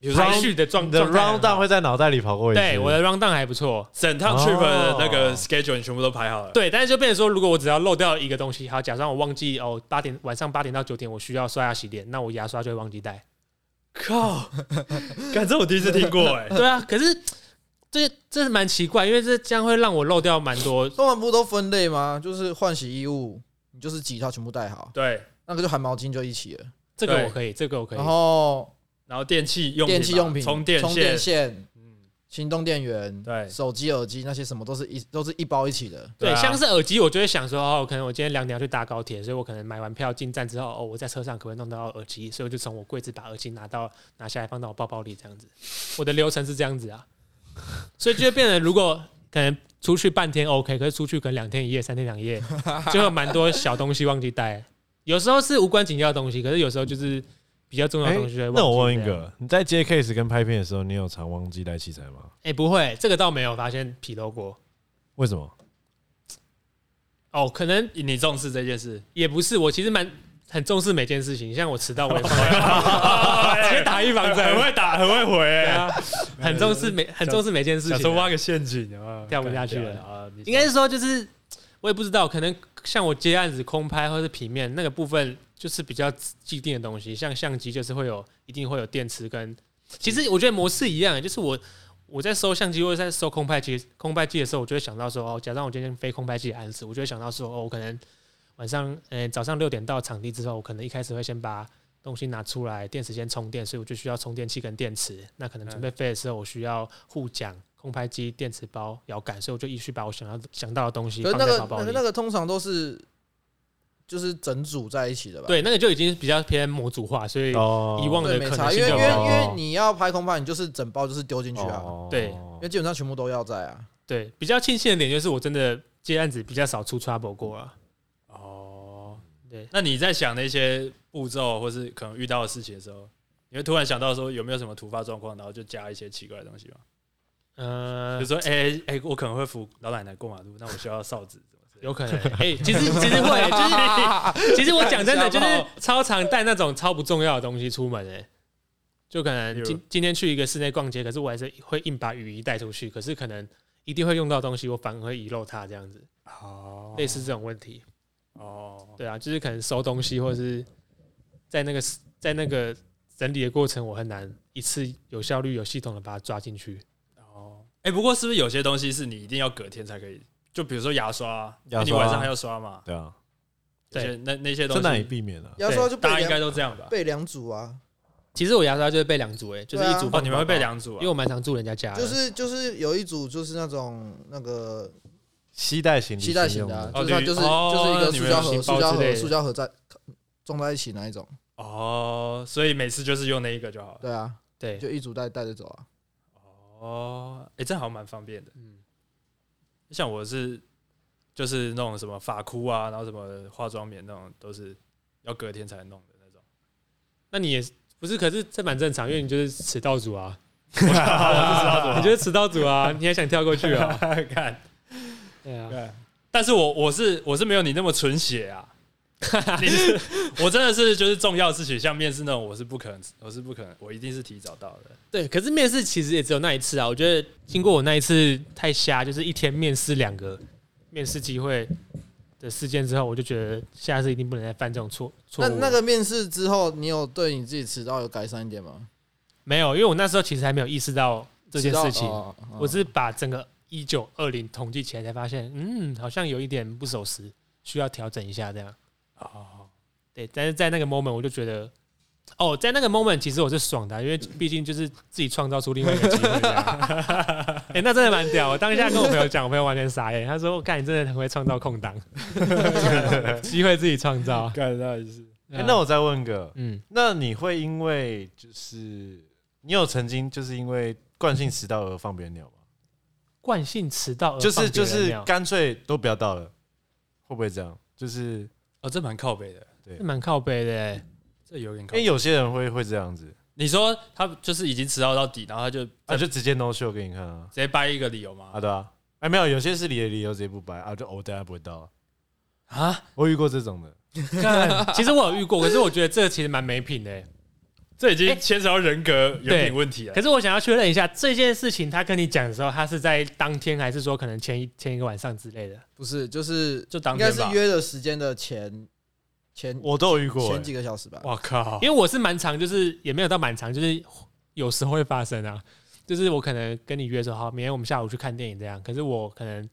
D: 比如说
A: 排序的状
B: 你的
A: 状态很好
B: round down 会在脑袋里跑过一次。
A: 对我的 round down 还不错。
D: 整趟 trip 的
B: 哦
D: 那个 schedule 你全部都排好了。
A: 对，但是就变成说，如果我只要漏掉一个东西，好，假装我忘记哦，八点晚上八点到九点我需要刷牙洗脸，那我牙刷就会忘记带。
D: 靠，感这我第一次听过哎、
A: 对啊，可是这这是蛮奇怪，因为这这样会让我漏掉蛮多。
C: 通常不都分类吗？就是换洗衣物，你就是几套全部带好，
D: 对，
C: 那个就含毛巾就一起了，
A: 这个
D: 对
A: 我可以，这个我可以
C: 然。后
D: 然后电器用品
C: 电
D: 嘛、
C: 器用品、
D: 充电
C: 充
D: 线
C: 电，线、
D: 嗯，
C: 行动电源、
D: 对
C: 手机、耳机那些什么都是一都是一包一起的。
A: 对，
D: 对啊
A: 像是耳机，我就会想说，哦，可能我今天两点要去搭高铁，所以我可能买完票进站之后，哦，我在车上可不可以弄到耳机？所以我就从我柜子把耳机拿到拿下来，放到我包包里这样子。我的流程是这样子啊，所以就会变成，如果可能出去半天 OK，可是出去可能两天一夜、三天两夜，就会有蛮多小东西忘记带。有时候是无关紧要的东西，可是有时候就是比较重要的
B: 哎
A: 东西就会忘记、
B: 那我问一，个，你在接 case 跟拍片的时候，你有常忘记带器材吗？
A: 哎、不会，这个倒没有发现纰漏过。
B: 为什么？
A: 哦，可能
D: 你重视这件事，
A: 也不是，我其实蛮很重视每件事情，像我迟到我也放在 直接打预防
D: 很
A: 针，
D: 会打，很会回
A: 对
D: 哎、
A: 啊，很重视每很重视每件事
D: 想说
A: 情啊。
D: 挖个陷阱啊，
A: 掉不下去了
D: 啊，你
A: 应该是说就是我也不知道，可能像我接案子空拍或是平面那个部分，就是比较既定的东西，像相机就是会有一定会有电池跟，其实我觉得模式一样，就是我。我在收相机或者在收空拍机、空拍机的时候，我就会想到说，哦，假装我今天飞空拍机的案子，我就会想到说，哦，我可能晚上，嗯、早上六点到场地之后，我可能一开始会先把东西拿出来，电池先充电，所以我就需要充电器跟电池。那可能准备飞的时候，我需要护桨、空拍机、电池包、摇杆，所以我就依序把我想要想到的东西
C: 可
A: 放
C: 是
A: 在
C: 那个
A: 包包
C: 那
A: 里。
C: 个那个通常都是就是整组在一起的吧？
A: 对，那个就已经比较偏模组化，所以
B: 哦
A: 遗忘
C: 对，
A: 的
C: 没
A: 可
C: 差，
A: 能性
C: 因为
A: 就
C: 因
A: 比
C: 为
A: 较高
B: 哦
C: 因为你要拍空拍，你就是整包就是丢进去啊，
B: 哦
A: 对
C: 因为基本上全部都要在啊。
A: 对，比较庆幸的点就是我真的接案子比较少出 trouble 过啊。
D: 哦，
A: 对，
D: 那你在想那些步骤或是可能遇到的事情的时候，你会突然想到说有没有什么突发状况，然后就加一些奇怪的东西嘛？比
A: 呃
D: 如，说，哎、哎、我可能会扶老奶奶过马路，那我需要哨子。
A: 有可能。哎，其实其实会， 就是其实我讲真的，就是超常带那种超不重要的东西出门、欸，就可
D: 比
A: 能
D: 如
A: 今今天去一个室内逛街，可是我还是会硬把雨衣带出去，可是可能一定会用到的东西，我反而会遗漏它，这样子，
D: 哦
A: 类似这种问题。
D: 哦，
A: 对啊，就是可能收东西，或者是在那个在那个整理的过程，我很难一次有效率、有系统的把它抓进去。
D: 哦，哎、不过是不是有些东西是你一定要隔天才可以？就比如说牙刷啊，
B: 牙刷
D: 你晚上还要刷嘛？
B: 对啊，
D: 有些
A: 对
D: 那那些东
B: 这难以
D: 西，
B: 避免啊。
A: 对
E: 要说就
D: 大家
E: 备
D: 应该
E: 两
D: 都这样吧？
E: 备两组啊，
A: 其实我牙刷就是备两组、欸，就是一组
E: 对啊
A: 放
D: 哦，你们会
A: 包包
D: 备，两组
A: 因
D: 啊
A: 为？我蛮常住人家家的，
E: 就是就是有一组就是那种那个
B: 携带型
C: 期待型的啊，
D: 哦
C: 就是它就是
D: 旅哦
C: 就是一个
D: 你
C: 塑
D: 们
C: 胶
A: 有
C: 盒、
A: 型包
C: 塑胶
A: 之类
C: 盒、
A: 的
C: 塑胶盒在装在一起那一种。
D: 哦，所以每次就是用那一个就好了。
C: 对啊，
A: 对，
C: 就一组带带着走啊。
D: 哦，哎、这好像蛮方便的。
A: 嗯，
D: 像我是就是那种什么发箍啊，然后什么化妆棉那种，都是要隔天才能弄的那种。
A: 那你也是不是？可是这蛮正常，因为你就是迟到组啊，
D: 我
A: 你就
D: 就
A: 是是迟到组 啊，你还想跳过去
D: 知道
A: 啊？
D: 怎么 看，
A: 对啊，
D: 看但是我我是我是没有你那么纯血啊。你是我真的是就是重要的事情，像面试那种，我是不可能，我是不可能，我一定是提早到的。
A: 对。可是面试其实也只有那一次啊，我觉得经过我那一次太瞎，就是一天面试两个面试机会的事件之后，我就觉得下次一定不能再犯这种错错
C: 那
A: 误了。
C: 那个面试之后，你有对你自己迟到有改善一点吗？
A: 没有，因为我那时候其实还没有意识到这件事情，
C: 哦
B: 嗯
C: 哦
A: 我只是把整个一九二零统计起来才发现，嗯，好像有一点不守时，需要调整一下这样。
D: 哦，
A: 对，但是在那个 moment 我就觉得，哦，在那个 moment 其实我是爽的啊，因为毕竟就是自己创造出另外一个机会这 样。哎、那真的蛮屌！我当下跟我朋友讲，我朋友完全傻眼，他说：“我干，你真的很会创造空 档，机会自己创造。
D: 干到底是
A: 对啊
B: 哎那我再问个”，
A: 嗯，
B: 那你会因为就是你有曾经就是因为惯性迟到而放别人鸟吗？
A: 惯性迟到而
B: 就是
A: 放别
B: 就
A: 人
B: 是
A: 鸟
B: 干脆都不要到了，会不会这样？就是
D: 哦，这蛮靠北的，
A: 这蛮靠背的、欸。
D: 这有点
B: 因
D: 靠
B: 为
D: 北。
B: 有些人会会这样子，
D: 你说他就是已经迟到到底，然后他就直
B: 啊，就直接 no show 给你看啊，
D: 接掰一个理由
B: 啊
D: 吗？
B: 对啊，哎没有，有些是理的理由直接不掰啊，就哦大家不会到啊，
D: 啊，
B: 我遇过这种的，
A: 干其实我有遇过，可是我觉得这个其实蛮没品的欸、
D: 这已
A: 哎
D: 经牵扯到人格有
A: 对
D: 点问题了
A: 可。是我想要确认一下，这件事情他跟你讲的时候，他是在当天还是说可能前一前一个晚上之类的？
C: 不是，就是
D: 就当
C: 应
D: 天
C: 该
D: 吧
C: 是约的时间的前前
B: 我都有遇过、
C: 前
B: 欸
C: 几个小时吧。
D: 我
C: 哦
D: 靠！
A: 因为我是蛮长，就是也没有到蛮长，就是有时候会发生啊。就是我可能跟你约说好，明天我们下午去看电影这样，可是我可能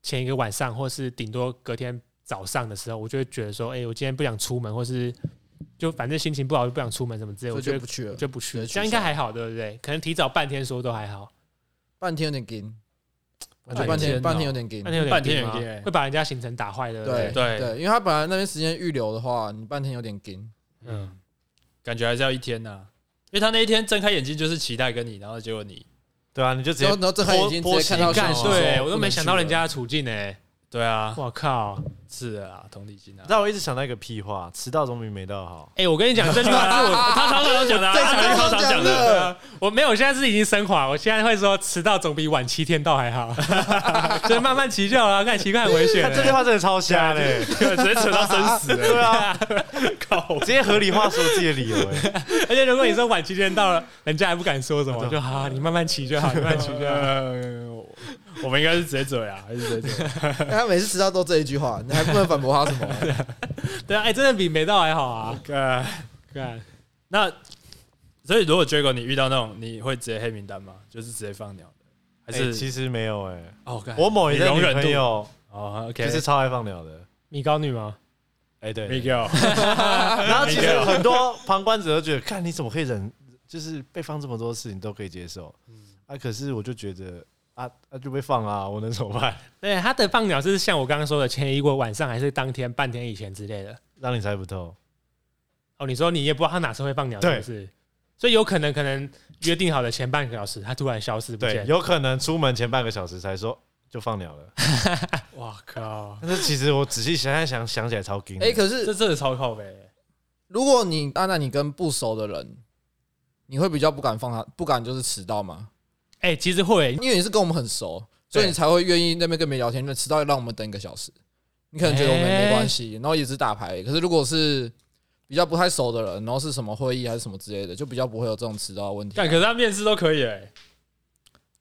A: 前一个晚上，或是顶多隔天早上的时候，我就会觉得说，哎、我今天不想出门，或是就反正心情不好就不想出门什么之类的，我
C: 所以
A: 觉
C: 就
A: 得
C: 不去了，
A: 就不去了，
C: 直接取消
A: 这样应该还好，对不对？可能提早半天说都还好，
C: 半天有点紧，
A: 半
C: 就半
D: 天
C: 天
D: 哦
C: 半天有点紧
A: 半。天有点
D: 半天
A: 硬啊
D: 有点硬
A: 会把人家行程打坏的，对不
C: 对
A: 对？
D: 对
C: 对，因为他本来那边时间预留的话，你半天有点紧。
A: 嗯，
D: 感觉还是要一天呐、因为他那一天睁开眼睛就是期待跟你，然后结果你
B: 对啊，你就直接
C: 然后然后这还已经直
B: 泼
C: 接看到
B: 泼
C: 讯
A: 干哦
C: 息
B: 洗
C: 说
A: 对
C: 不
A: 我都没
C: 能
A: 想
C: 去
A: 到
C: 了
A: 人家的处境呢、
D: 对啊，
A: 我靠！
D: 是的啦，同理心啊，
B: 让我一直想到一个屁话，迟到总比没到好。
A: 哎、我跟你讲这句话是我
D: 他常常讲的、啊，
C: 这
D: 他常常讲的，
C: 的，
A: 我没有，我现在是已经升华，我现在会说迟到总比晚七天到还好， 就是慢慢骑就好了。看奇怪很危险
B: 看这句
A: 欸，
B: 话真的超瞎的、欸，
D: 直接扯到生死欸 了。
B: 对 啊，直接合理化说自己的理由、欸，
A: 而且如果你说晚七天到了，人家还不敢说什么，就好、你慢慢骑就好，你慢慢骑就好。
D: 呃我们应该是直接嘴啊，还是直接嘴？
C: 他每次迟到都这一句话，你还不能反驳他 什么？
A: 对啊，哎、真的比没到还好啊。
D: 干
A: 看，
D: 那所以如果 Jago 你遇到那种，你会直接黑名单吗？就是直接放鸟的，还
B: 欸
D: 是、
B: 其实没有哎、
D: 哦？干
B: 我某一
D: 你
B: 任
D: 容
B: 女
D: 忍
B: 朋
D: 度
B: 友
D: 哦，OK，
B: 就是超爱放鸟的，
A: 米高女吗？
B: 哎、对
D: Miguel，
B: 然后其实很多旁观者都觉得，看你怎么可以忍，就是被放这么多次，你都可以接受。啊，可是我就觉得啊啊就被放啊，我能怎么办？
A: 对，她的放鸟是像我刚刚说的前一个晚上，还是当天半天以前之类的。
B: 让你猜不透。
A: 哦，你说你也不知道她哪时候会放鸟，是不是？所以有可能，可能约定好的前半个小时，她突然消失不
B: 对，
A: 见。
B: 有可能出门前半个小时才说就放鸟了，
D: 哇靠，
B: 但是其实我仔细想想想想起来超惊。
C: 哎，
B: 哎，
C: 可
D: 这
C: 是
D: 真的超靠北欸、
C: 啊如果你安娜你跟不熟的人，你会比较不敢放他，不敢就是迟到吗？
A: 哎、其实会，
C: 因为你是跟我们很熟，所以你才会愿意那边跟别人聊天，那迟到让我们等一个小时。你可能觉得我们没关系，然后也是打牌。可是如果是比较不太熟的人，然后是什么会议还是什么之类的，就比较不会有这种迟到的问题啊
D: 但。可是他面试都可以哎、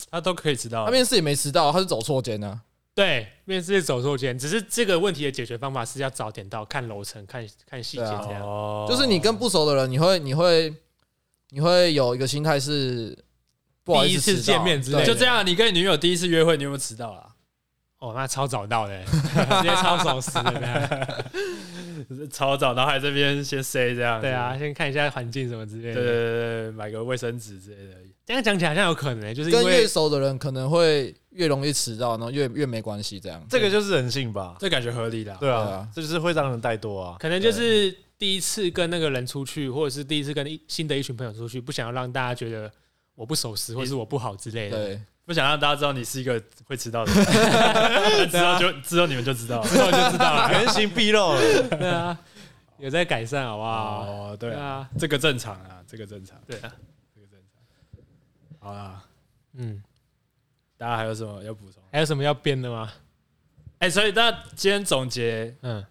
D: 他都可以迟到。啊
C: 他面试也没迟到，他是走错间呢。
A: 对，面试是走错间，只是这个问题的解决方法是要早点到，看楼层，看看细节
C: 对啊
A: 这样。
D: 哦
C: 就是你跟不熟的人，你会你会你会有一个心态是不好意思
A: 第一次
C: 迟到
A: 见面之类的
C: 对
D: 就这样啊，你跟你女友第一次约会，你有没有迟到啊啦？
A: 哦，那超早到的、直接超守时的这样。
D: 超早，然后还这边先 say 这样。
A: 对啊，，先看一下环境什么之类
D: 对
A: 的。
D: 对对对，买个卫生纸之类的而已。
A: 这样讲起来好像有可能、欸就是因
C: 跟越
A: 为
C: 熟的人可能会越容易迟到，然后越越没关系这样。
B: 这个就是人性吧？
D: 这感觉合理啦。
B: 对
C: 对
B: 啊
C: 啊，
B: 这就是会让人怠惰啊。
A: 可能就是第一次跟那个人出去，或者是第一次跟一新的一群朋友出去，不想要让大家觉得我不守时，或是我不好之类的。
C: 对，
D: 不想让大家知道你是一个会迟到的 人， 之
A: 啊
D: 后就之后你们就知道了。
A: 之后就知道 了，
B: 原形毕露了，
A: 对啊，有在改善，好不好？
D: 哦，对
A: 对
D: 啊，
A: 啊，
D: 这个正常啊，这个正常，
A: 对啊，
D: 这个正常。好啦，
A: 嗯，
D: 大家还有什么要补充？
A: 还有什么要编的吗？
D: 哎，所以大家今天总结，
A: 嗯，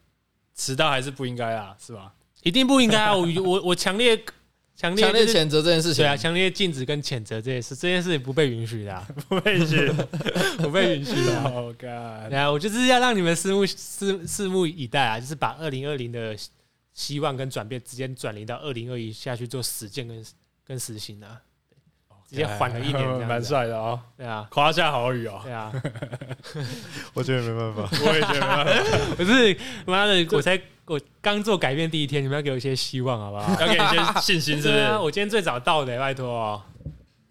D: 迟到还是不应该啦，是吧？
A: 一定不应该 啊！我我我强烈强烈
C: 强烈
A: 就是
C: 谴责这件事情
A: 对。啊，强烈禁止跟谴责这件事，这件事不被允许的啊、
D: 不允许。
A: 不被允许的啊、
D: Oh God！
A: 对啊，我就是要让你们拭目拭拭目以待啊，就是把二零二零的希希望跟转变直接转移到二零二一下去做实践跟跟实行啊，直接缓了一年这样子啊
D: 蛮帅的哦，
A: 对啊，
D: 夸下好语哦。
A: 对 啊，
B: 我觉得没办法。
D: 我也觉得没办法，
A: 不是妈的，我才我刚做改变第一天，你们要给我一些希望好不好？
D: 要给你一些信心，是不
A: 对
D: 是？
A: 啊，我今天最早到的、拜托、哦，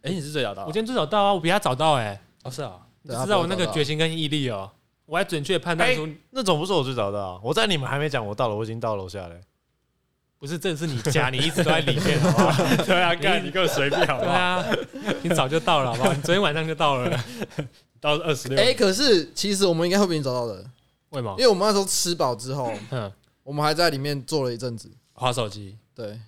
D: 哎，你是最早到
A: 我今天最早到啊，我比他早到哎、
D: 哦，是啊，
A: 你
C: 对他
A: 知道我那哎
C: 比
A: 个
C: 我早到
A: 决心跟毅力哦，我还准确地判断出
B: 那总不是我最早到，啊我在你们还没讲我到了，我已经到楼下了。
A: 不是，这是你家，你一直都在里面，好不 好？
D: 对啊，干你给我随便好不
A: 对
D: 好？
A: 啊，你早就到了，好不好？你昨天晚上就到了，
D: 到二十六，
C: 哎、可是其实我们应该会比你早到的，
A: 为毛
C: 因？为我们那时候吃饱之后，
A: 嗯，
C: 我们还在里面坐了一阵子。
D: 划手机。
C: 对，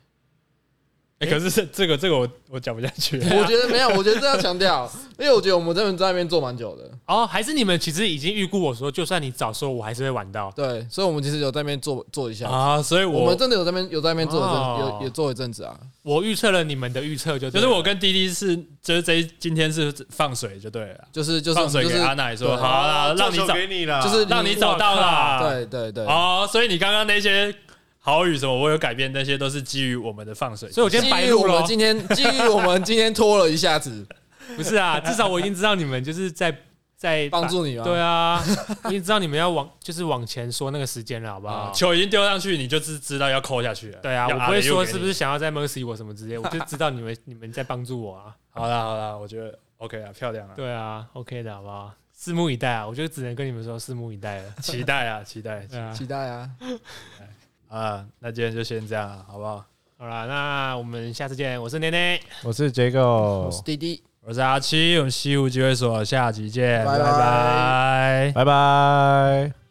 D: 哎，可是这这个这个我我讲不下去，
C: 我觉得没有，我觉得这要强调，因为我觉得我们真的在那边坐蛮久的。
A: 哦，还是你们其实已经预估我说，就算你早说，我还是会晚到。
C: 对，所以我们其实有在那边坐坐一下。
D: 啊，所以
C: 我
D: 我
C: 们真的有在那边有在那边坐一阵，
A: 哦
C: 有也坐一阵子啊。
A: 我预测了你们的预测，就
D: 就是我跟滴滴是就是这一今天是放水就对了，
C: 就是就是
D: 放水
C: 就
D: 给
C: 是
D: 阿奶说
C: 对
D: 好啦，
A: 哦
B: 啊
D: 让你
B: 这
D: 早
B: 首给你了，
C: 就是
D: 让你找到啊啦。
C: 对对对，
D: 哦，所以你刚刚那些好语什么，我有改变，那些都是基于我们的放水。
A: 所以我今
C: 基
A: 天白
C: 于
A: 录
C: 我
A: 了
C: 们
A: 哦，
C: 今天基于我们今天拖了一下子，
A: 不是啊，至少我已经知道你们就是在在
C: 帮助你吗？
A: 对啊， 我已经知道你们要往就是往前说那个时间了，好不
D: 啊
A: 好？
D: 球已经丢上去，你就知知道要扣下去了。
A: 对啊，
D: 要
A: 我
D: 阿
A: 不
D: 雷
A: 会
D: 又
A: 说
D: 给
A: 是不
D: 你
A: 是。想要再 mercy 我什么之类，我就知道你们你们在帮助我 啊。
D: 好啦好啦，我觉得 OK 啊，漂亮啊，
A: 对啊，OK 的好不好？拭目以待啊！我就只能跟你们说拭目以待了。
D: 期待啊，期待
A: 对啊，
C: 期待啊！
D: 啊。那今天就先这样啊，好不好？
A: 好啦，那我们下次见。我是奶奶，
B: 我是杰哥
C: 我是滴滴，
D: 我是阿七，我们西湖集会所，下集见，
C: 拜拜
D: 拜拜
B: 拜拜。